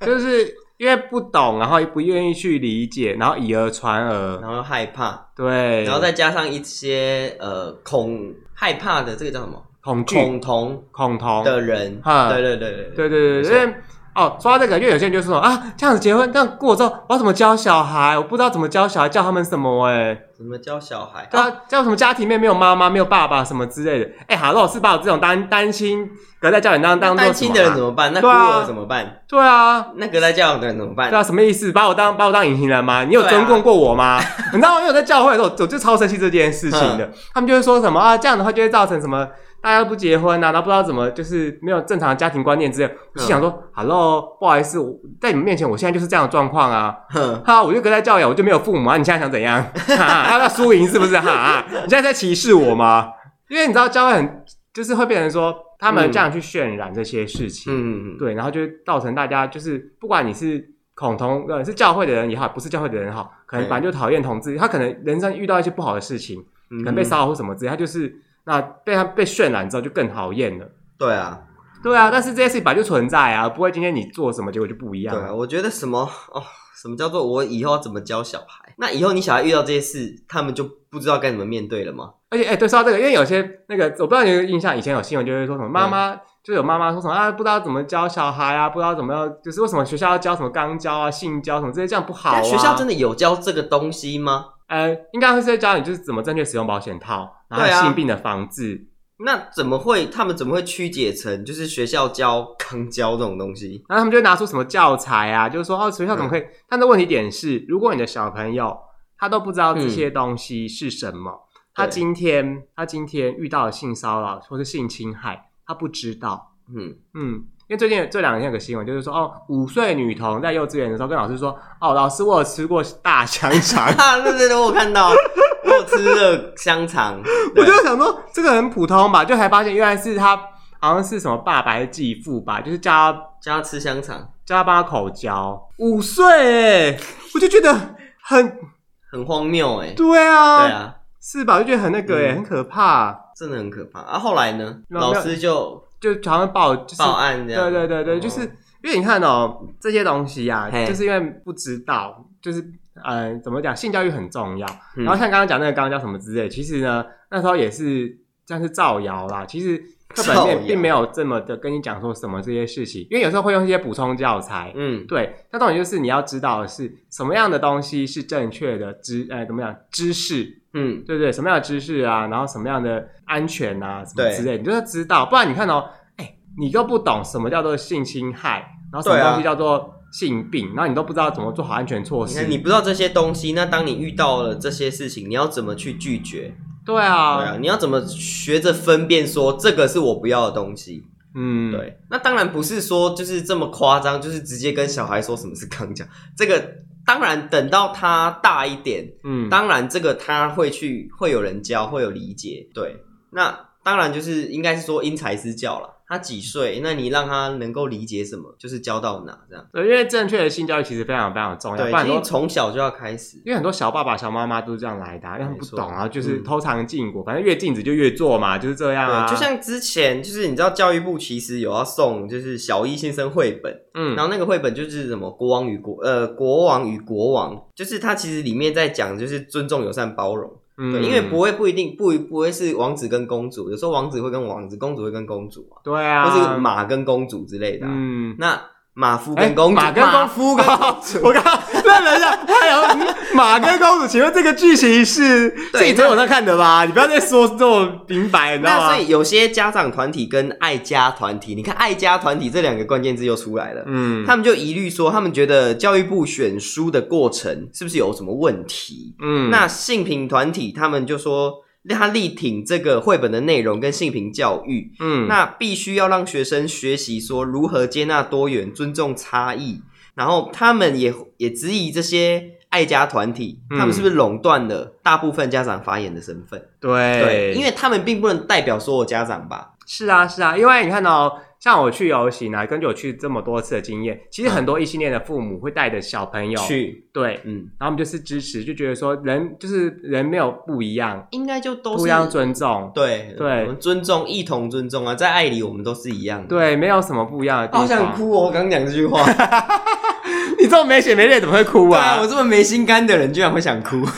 S2: 哎，
S1: 就是因为不懂，然后也不愿意去理解，然后以讹传讹，
S2: 然后害怕，
S1: 对，
S2: 然后再加上一些呃恐害怕的这个叫什么
S1: 恐惧、
S2: 恐同
S1: 恐同，
S2: 的人，
S1: 哈
S2: 对对对
S1: 对对
S2: 对
S1: 对对，
S2: 没错
S1: 因为哦，说到这个，因为有些人就说啊，这样子结婚，这样过之后，我要怎么教小孩？我不知道怎么教小孩，教他们什么、欸？哎，
S2: 怎么教小孩？
S1: 对啊，教什么家庭面没有妈妈、没有爸爸什么之类的。哎、好，如果是把我这种单单亲隔在教养当当做
S2: 单亲的人怎
S1: 么啊？
S2: 么办？那孤
S1: 对啊
S2: 儿怎么办？
S1: 对啊。
S2: 那隔代教养的人怎么办
S1: 对？啊，什么意思？把我当把我当隐形人吗？
S2: 啊
S1: 你有尊重过我 吗？你知道吗，因为我在教会的时候，我就超生气这件事情
S2: 嗯
S1: 的。他们就会说什么啊，这样的话就会造成什么大家都不结婚啊，然后不知道怎么就是没有正常的家庭观念之类的。我
S2: 嗯
S1: 就想说、哈 h e l l o 不好意思，我在你们面前我现在就是这样的状况啊。
S2: 哼
S1: 哈，我就隔代教养，我就没有父母啊，你现在想怎样？ 哈哈，要不要输赢是不是？哈哈，你现在在歧视我吗？因为你知道教会很就是会变成说他们这样去渲染这些事情。
S2: 嗯，
S1: 对，然后就会造成大家就是，不管你是恐同，呃，是教会的人也好，不是教会的人也好，可能
S2: 嗯
S1: 反正就讨厌同志，他可能人生遇到一些不好的事情，
S2: 嗯
S1: 可能被骚扰或什么之类，他就是那被他被渲染之后就更讨厌了。
S2: 对啊，
S1: 对啊，但是这些事情本来就存在啊，不会今天你做什么，结果就不一
S2: 对
S1: 样
S2: 啊，
S1: 了。
S2: 我觉得什么哦，什么叫做我以后要怎么教小孩？那以后你小孩遇到这些事，他们就不知道该怎么面对了吗？
S1: 而且，哎、对，说到这个，因为有些那个，我不知道你有没有印象，以前有新闻就会说什么妈妈。就有妈妈说什么啊，不知道怎么教小孩啊，不知道怎么样，就是为什么学校要教什么肛交啊、性交什么这些，这样不好啊。
S2: 但学校真的有教这个东西吗？
S1: 呃，应该会是在教你就是怎么正确使用保险套，然后
S2: 对啊
S1: 性病的防治。
S2: 那怎么会？他们怎么会曲解成就是学校教康教这种东西？
S1: 然后他们就会拿出什么教材啊，就是说哦，学
S2: 嗯
S1: 校怎么可以？但是问题点是，如果你的小朋友他都不知道这些东西是什么，他
S2: 嗯对
S1: 今天他今天遇到了性骚扰或是性侵害，他不知道，
S2: 嗯，
S1: 嗯。因为最近这两天有个新闻，就是说哦，五岁女童在幼稚园的时候跟老师说，哦，老师我有吃过大香肠，
S2: 啊，对对对，我有看到，我有吃了香肠，
S1: 我
S2: 对
S1: 就想说这个很普通吧，就才发现原来是他好像是什么爸爸的继父吧，就是叫他
S2: 教他吃香肠，
S1: 叫他帮他口交，五岁哎，我就觉得很
S2: 很荒谬哎、
S1: 对啊，
S2: 对啊。
S1: 是吧？我就觉得很那个哎、
S2: 嗯
S1: 很可怕，
S2: 真的很可怕啊！后来呢？
S1: 然后
S2: 老
S1: 没有
S2: 师就
S1: 就好像报就是
S2: 报案这样。
S1: 对对对对，
S2: 哦
S1: 就是因为你看哦，这些东西啊，
S2: 嘿
S1: 就是因为不知道，就是呃，怎么讲，性教育很重要。
S2: 嗯
S1: 然后像刚刚讲那个刚刚叫什么之类，其实呢，那时候也是像是造谣啦。其实课本
S2: 造
S1: 面
S2: 谣
S1: 并没有这么的跟你讲说什么这些事情，因为有时候会用一些补充教材。
S2: 嗯，
S1: 对，那重点就是你要知道的是什么样的东西是正确的知，呃，怎么讲知识，
S2: 嗯，
S1: 对对，什么样的知识啊，然后什么样的安全啊，什么
S2: 对
S1: 之类，你就要知道，不然你看哦，哎，你都不懂什么叫做性侵害，然后什么
S2: 对啊
S1: 东西叫做性病，然后你都不知道怎么做好安全措
S2: 你
S1: 施
S2: 看，你不知道这些东西，那当你遇到了这些事情，你要怎么去拒绝？
S1: 对
S2: 对
S1: 啊，
S2: 啊，你要怎么学着分辨说这个是我不要的东西？
S1: 嗯，
S2: 对，那当然不是说就是这么夸张，就是直接跟小孩说什么是刚讲这个。当然，等到他大一点，
S1: 嗯，
S2: 当然这个他会去，会有人教，会有理解。对，那当然就是应该是说因材施教了。他几岁？那你让他能够理解什么，就是教到哪这样。
S1: 对，因为正确的性教育其实非常非常重要，
S2: 对，
S1: 啊不然
S2: 其
S1: 说
S2: 实从小就要开始。
S1: 因为很多小爸爸、小妈妈都是这样来的啊、因为他们不
S2: 没错
S1: 懂啊，然后就是
S2: 嗯
S1: 偷藏禁果，反正越禁止就越做嘛，就是这样啊。
S2: 对，就像之前就是你知道教育部其实有要送就是小一新生绘本，
S1: 嗯，
S2: 然后那个绘本就是什么国王与国呃国王与国王，就是它其实里面在讲就是尊重、友善、包容。对，
S1: 嗯
S2: 因为不会不一定不不会是王子跟公主，有时候王子会跟王子，公主会跟公主啊。
S1: 嗯对啊，
S2: 或是马跟公主之类的啊、
S1: 嗯
S2: 那马夫
S1: 哎
S2: 跟公主，
S1: 马跟公夫公 主，我刚刚愣了一下，他想说 嗯马跟公主，请问这个剧情是
S2: 对
S1: 自己昨天晚上看的吧？你不要再说这么明白，你知道
S2: 那所
S1: 吗？
S2: 以有些家长团体跟爱家团体，你看爱家团体这两个关键字又出来了。
S1: 嗯
S2: 他们就一律说，他们觉得教育部选书的过程是不是有什么问题？
S1: 嗯
S2: 那性平团体他们就说，他力挺这个绘本的内容跟性平教育，
S1: 嗯
S2: 那必须要让学生学习说如何接纳多元、尊重差异。然后他们也也质疑这些爱家团体，
S1: 嗯
S2: 他们是不是垄断了大部分家长发言的身份？
S1: 对，
S2: 因为他们并不能代表所有家长吧？
S1: 是啊，是啊，因为你看哦，像我去游行啊，根据我去这么多次的经验，其实很多异性恋的父母会带着小朋友，
S2: 去，
S1: 对，
S2: 嗯，
S1: 然后我们就是支持，就觉得说人就是人没有不一样，
S2: 应该就都
S1: 互
S2: 是
S1: 相尊重，
S2: 对
S1: 对
S2: 我们尊重，一同尊重啊，在爱里我们都是一样的。，
S1: 对，啊没有什么不一样的地方。
S2: 好想，哭哦！我刚讲这句话，
S1: 你这种没血没泪怎么会哭
S2: 对
S1: 啊？
S2: 啊，我这么没心肝的人居然会想哭。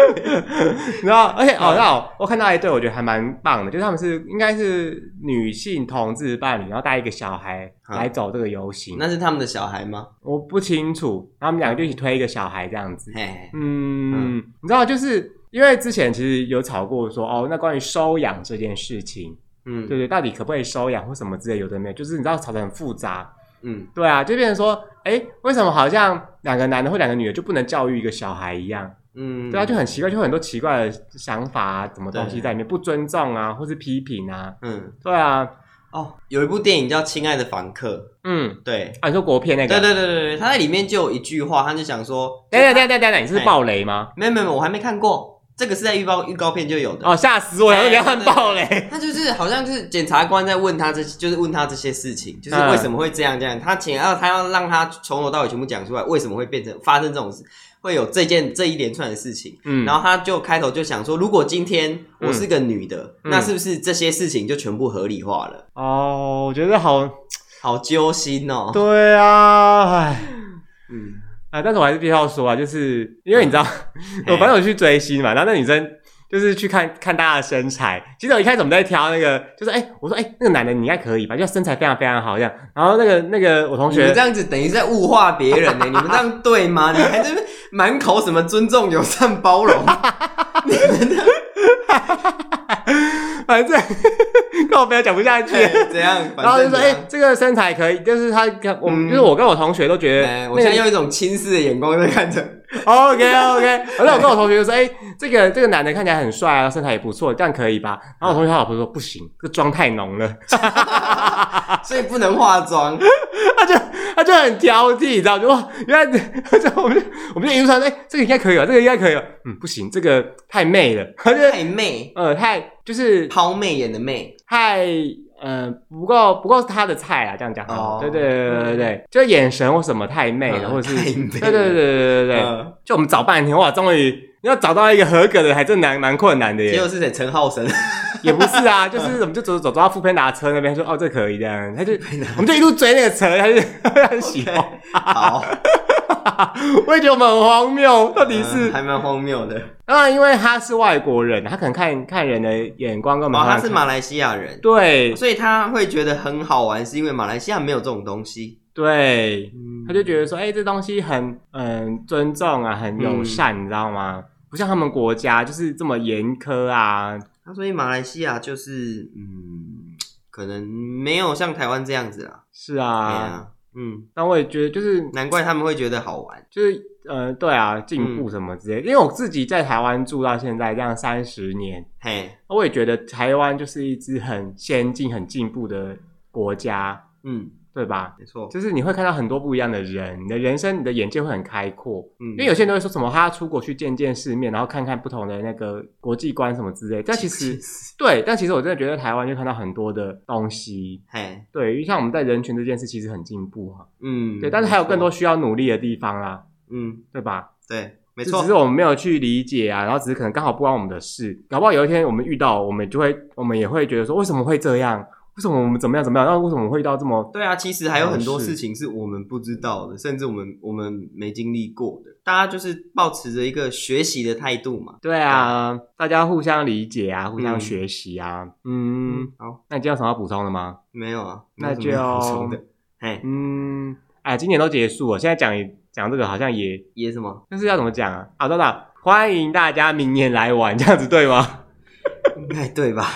S1: 然后，而且哦，那我我看到一对，我觉得还蛮棒的，就是他们是应该是女性同志伴侣，然后带一个小孩
S2: 好
S1: 来走这个游行，
S2: 那是他们的小孩吗？
S1: 我不清楚，然后他们两个就一起推一个小孩这样子，
S2: 嘿，
S1: 嗯，你知道，就是因为之前其实有吵过说，哦，那关于收养这件事情，
S2: 嗯，
S1: 对不，对，到底可不可以收养或什么之类，有的没有，就是你知道吵得很复杂，
S2: 嗯，
S1: 对啊，就变成说，哎，为什么好像两个男的或两个女的就不能教育一个小孩一样？
S2: 嗯，
S1: 对啊，就很奇怪，就有很多奇怪的想法啊，什么东西
S2: 对
S1: 在里面，不尊重啊，或是批评啊，
S2: 嗯。
S1: 对啊，
S2: 哦，有一部电影叫《亲爱的房客》，
S1: 嗯，
S2: 对，
S1: 啊，你说国片那
S2: 对
S1: 个，
S2: 对对对对，他在里面就有一句话，他就想说，
S1: 等等等等等等，你
S2: 哎
S1: 是暴雷吗？
S2: 没有没有，没有我还没看过，这个是在预告预告片就有的。
S1: 哦，吓死我了，
S2: 哎
S1: 你要看暴雷，
S2: 他就是好像就是检察官在问他这，就是问他这些事情，就是
S1: 嗯
S2: 为什么会这样这样。他请要他要让他从头到尾全部讲出来，为什么会变成发生这种事，会有这件这一连串的事情。
S1: 嗯，
S2: 然后他就开头就想说，如果今天我是个女的，
S1: 嗯
S2: 那是不是这些事情就全部合理化了？
S1: 哦，我觉得好。
S2: 好揪心哦。
S1: 对啊，唉
S2: 嗯，
S1: 啊，但是我还是必须要说啊，就是因为你知道，
S2: 嗯
S1: 我
S2: 哎
S1: 反正我去追星嘛，然后那女生就是去看看大家的身材。其实我一开始我们在挑那个，就是哎、我说哎、那个男的你应该可以吧，就身材非常非常好这样。然后那个那个我同
S2: 嗯你们
S1: 学
S2: 这，样子等于是在物化别人欸 呢、你们这样对吗？你还在那边满口什么尊重、友善、包容，
S1: 反正跟我朋友讲不下去。
S2: 对怎样？
S1: 然后就说：“
S2: 哎反正怎
S1: 哎、
S2: 样
S1: 这个身材可以，就是他，我、
S2: 嗯
S1: 就是我跟我同学都觉得、
S2: 哎我现在用一种轻视的眼光在看着。
S1: OK OK，反正我跟我同学就说，哎、这个这个男的看起来很帅啊，身材也不错，这样可以吧？然后我同学他老婆说不行，这妆太浓了，
S2: 所以不能化妆，
S1: 他就他就很挑剔，你知道吗？就哇，原来 就我们就我们就一路上，哎、这个应该可以吧，这个应该可以吧，嗯，不行，这个太媚了， 他就
S2: 太媚，
S1: 呃太就是
S2: 抛媚眼的媚。
S1: 太呃不够不够是他的菜啊，这样讲好
S2: 哦
S1: 了，对对对对对对，就眼神或什么太媚了，
S2: 嗯
S1: 哎或者是
S2: 太
S1: 对
S2: 媚
S1: 对对对对对对，
S2: 嗯
S1: 就我们找半天，哇，终于。要找到一个合格的，还真蛮蛮困难的耶。
S2: 结果是谁？陈浩生。
S1: 也不是啊，就是我们就走走走到富佩达车那边，说哦这可以这样，他就我们就一路追那个车，他就他很喜欢，
S2: 好，
S1: 我也觉得我们很荒谬，到底是
S2: 嗯还蛮荒谬的。
S1: 当然因为他是外国人，他可能看看人的眼光跟我们
S2: 哦，
S1: 好像
S2: 他是马来西亚人，
S1: 对
S2: 所以他会觉得很好玩，是因为马来西亚没有这种东西。
S1: 对，
S2: 嗯
S1: 他就觉得说哎、这东西很嗯尊重啊，很友善，你知道吗？不像他们国家就是这么严苛啊，
S2: 那所以马来西亚就是嗯，可能没有像台湾这样子啦。
S1: 是
S2: 对
S1: 啊，
S2: 啊，嗯，
S1: 但我也觉得就是
S2: 难怪他们会觉得好玩。
S1: 就是呃，对啊，进步什么之类的因为我自己在台湾住到现在这样三十年，
S2: 嘿，
S1: 我也觉得台湾就是一支很先进、很进步的国家，
S2: 嗯，
S1: 对吧？
S2: 没错，
S1: 就是你会看到很多不一样的人，你的人生、你的眼界会很开阔。
S2: 嗯
S1: 因为有些人都会说什么，他要出国去见见世面，然后看看不同的那个国际观什么之类。但其实，对，但其实我真的觉得台湾就看到很多的东西。
S2: 嘿，
S1: 对，因为像我们在人群这件事其实很进步哈、
S2: 嗯，
S1: 对，但是还有更多
S2: 没错，
S1: 需要努力的地方啦，
S2: 嗯，
S1: 对吧？
S2: 对，没
S1: 就
S2: 错
S1: 只是，我们没有去理解啊，然后只是可能刚好不关我们的事，搞不好有一天我们遇到，我们就会，我们也会觉得说，为什么会这样？为什么我们怎么样怎么样？那为什么我会遇到这么？
S2: 对啊，其实还有很多
S1: 哦是
S2: 事情是我们不知道的，甚至我们我们没经历过的。大家就是保持着一个学习的态度嘛。
S1: 对啊，大家互相理解啊，互相学习啊。嗯，
S2: 好，
S1: 那你今天有什么要补充的吗？
S2: 没有啊，
S1: 那
S2: 没有什么要
S1: 就
S2: 补充的，嘿，
S1: 嗯，哎，今年都结束了，现在讲讲这个好像也
S2: 也什么？
S1: 就是要怎么讲啊？啊，等等，欢迎大家明年来玩， 这样子对吗？
S2: 应该哎对吧？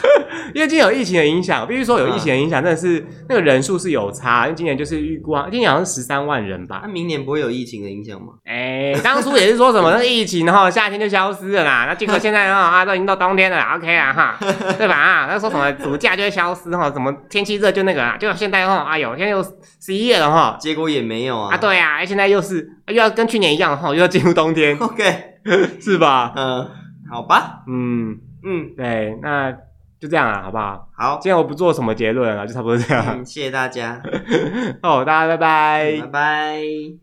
S1: 因为今年有疫情的影响，必须说有疫情的影响，真的是那个人数是有差。因为今年就是预估啊，今年好像十三万人吧
S2: 那、。明年不会有疫情的影响吗？
S1: 哎、当初也是说什么那个疫情哈，夏天就消失了啦，那结果现在哈 啊都已经到冬天了啦，OK 啦哈，对吧？啊，那说什么暑假就会消失哈，什么天气热就那个啦，就现在哈，哎呦，现在又十一月了哈，
S2: 结果也没有啊。，
S1: 啊对呀、啊，现在又是又要跟去年一样哈，又要进入冬天
S2: OK，
S1: 是吧？
S2: 嗯，好吧，
S1: 嗯，
S2: 嗯，
S1: 对，那就这样啊，好不好？
S2: 好，
S1: 今天我不做什么结论了，就差不多这样。
S2: 嗯，谢谢大家，
S1: 哦，大家拜拜
S2: 拜拜。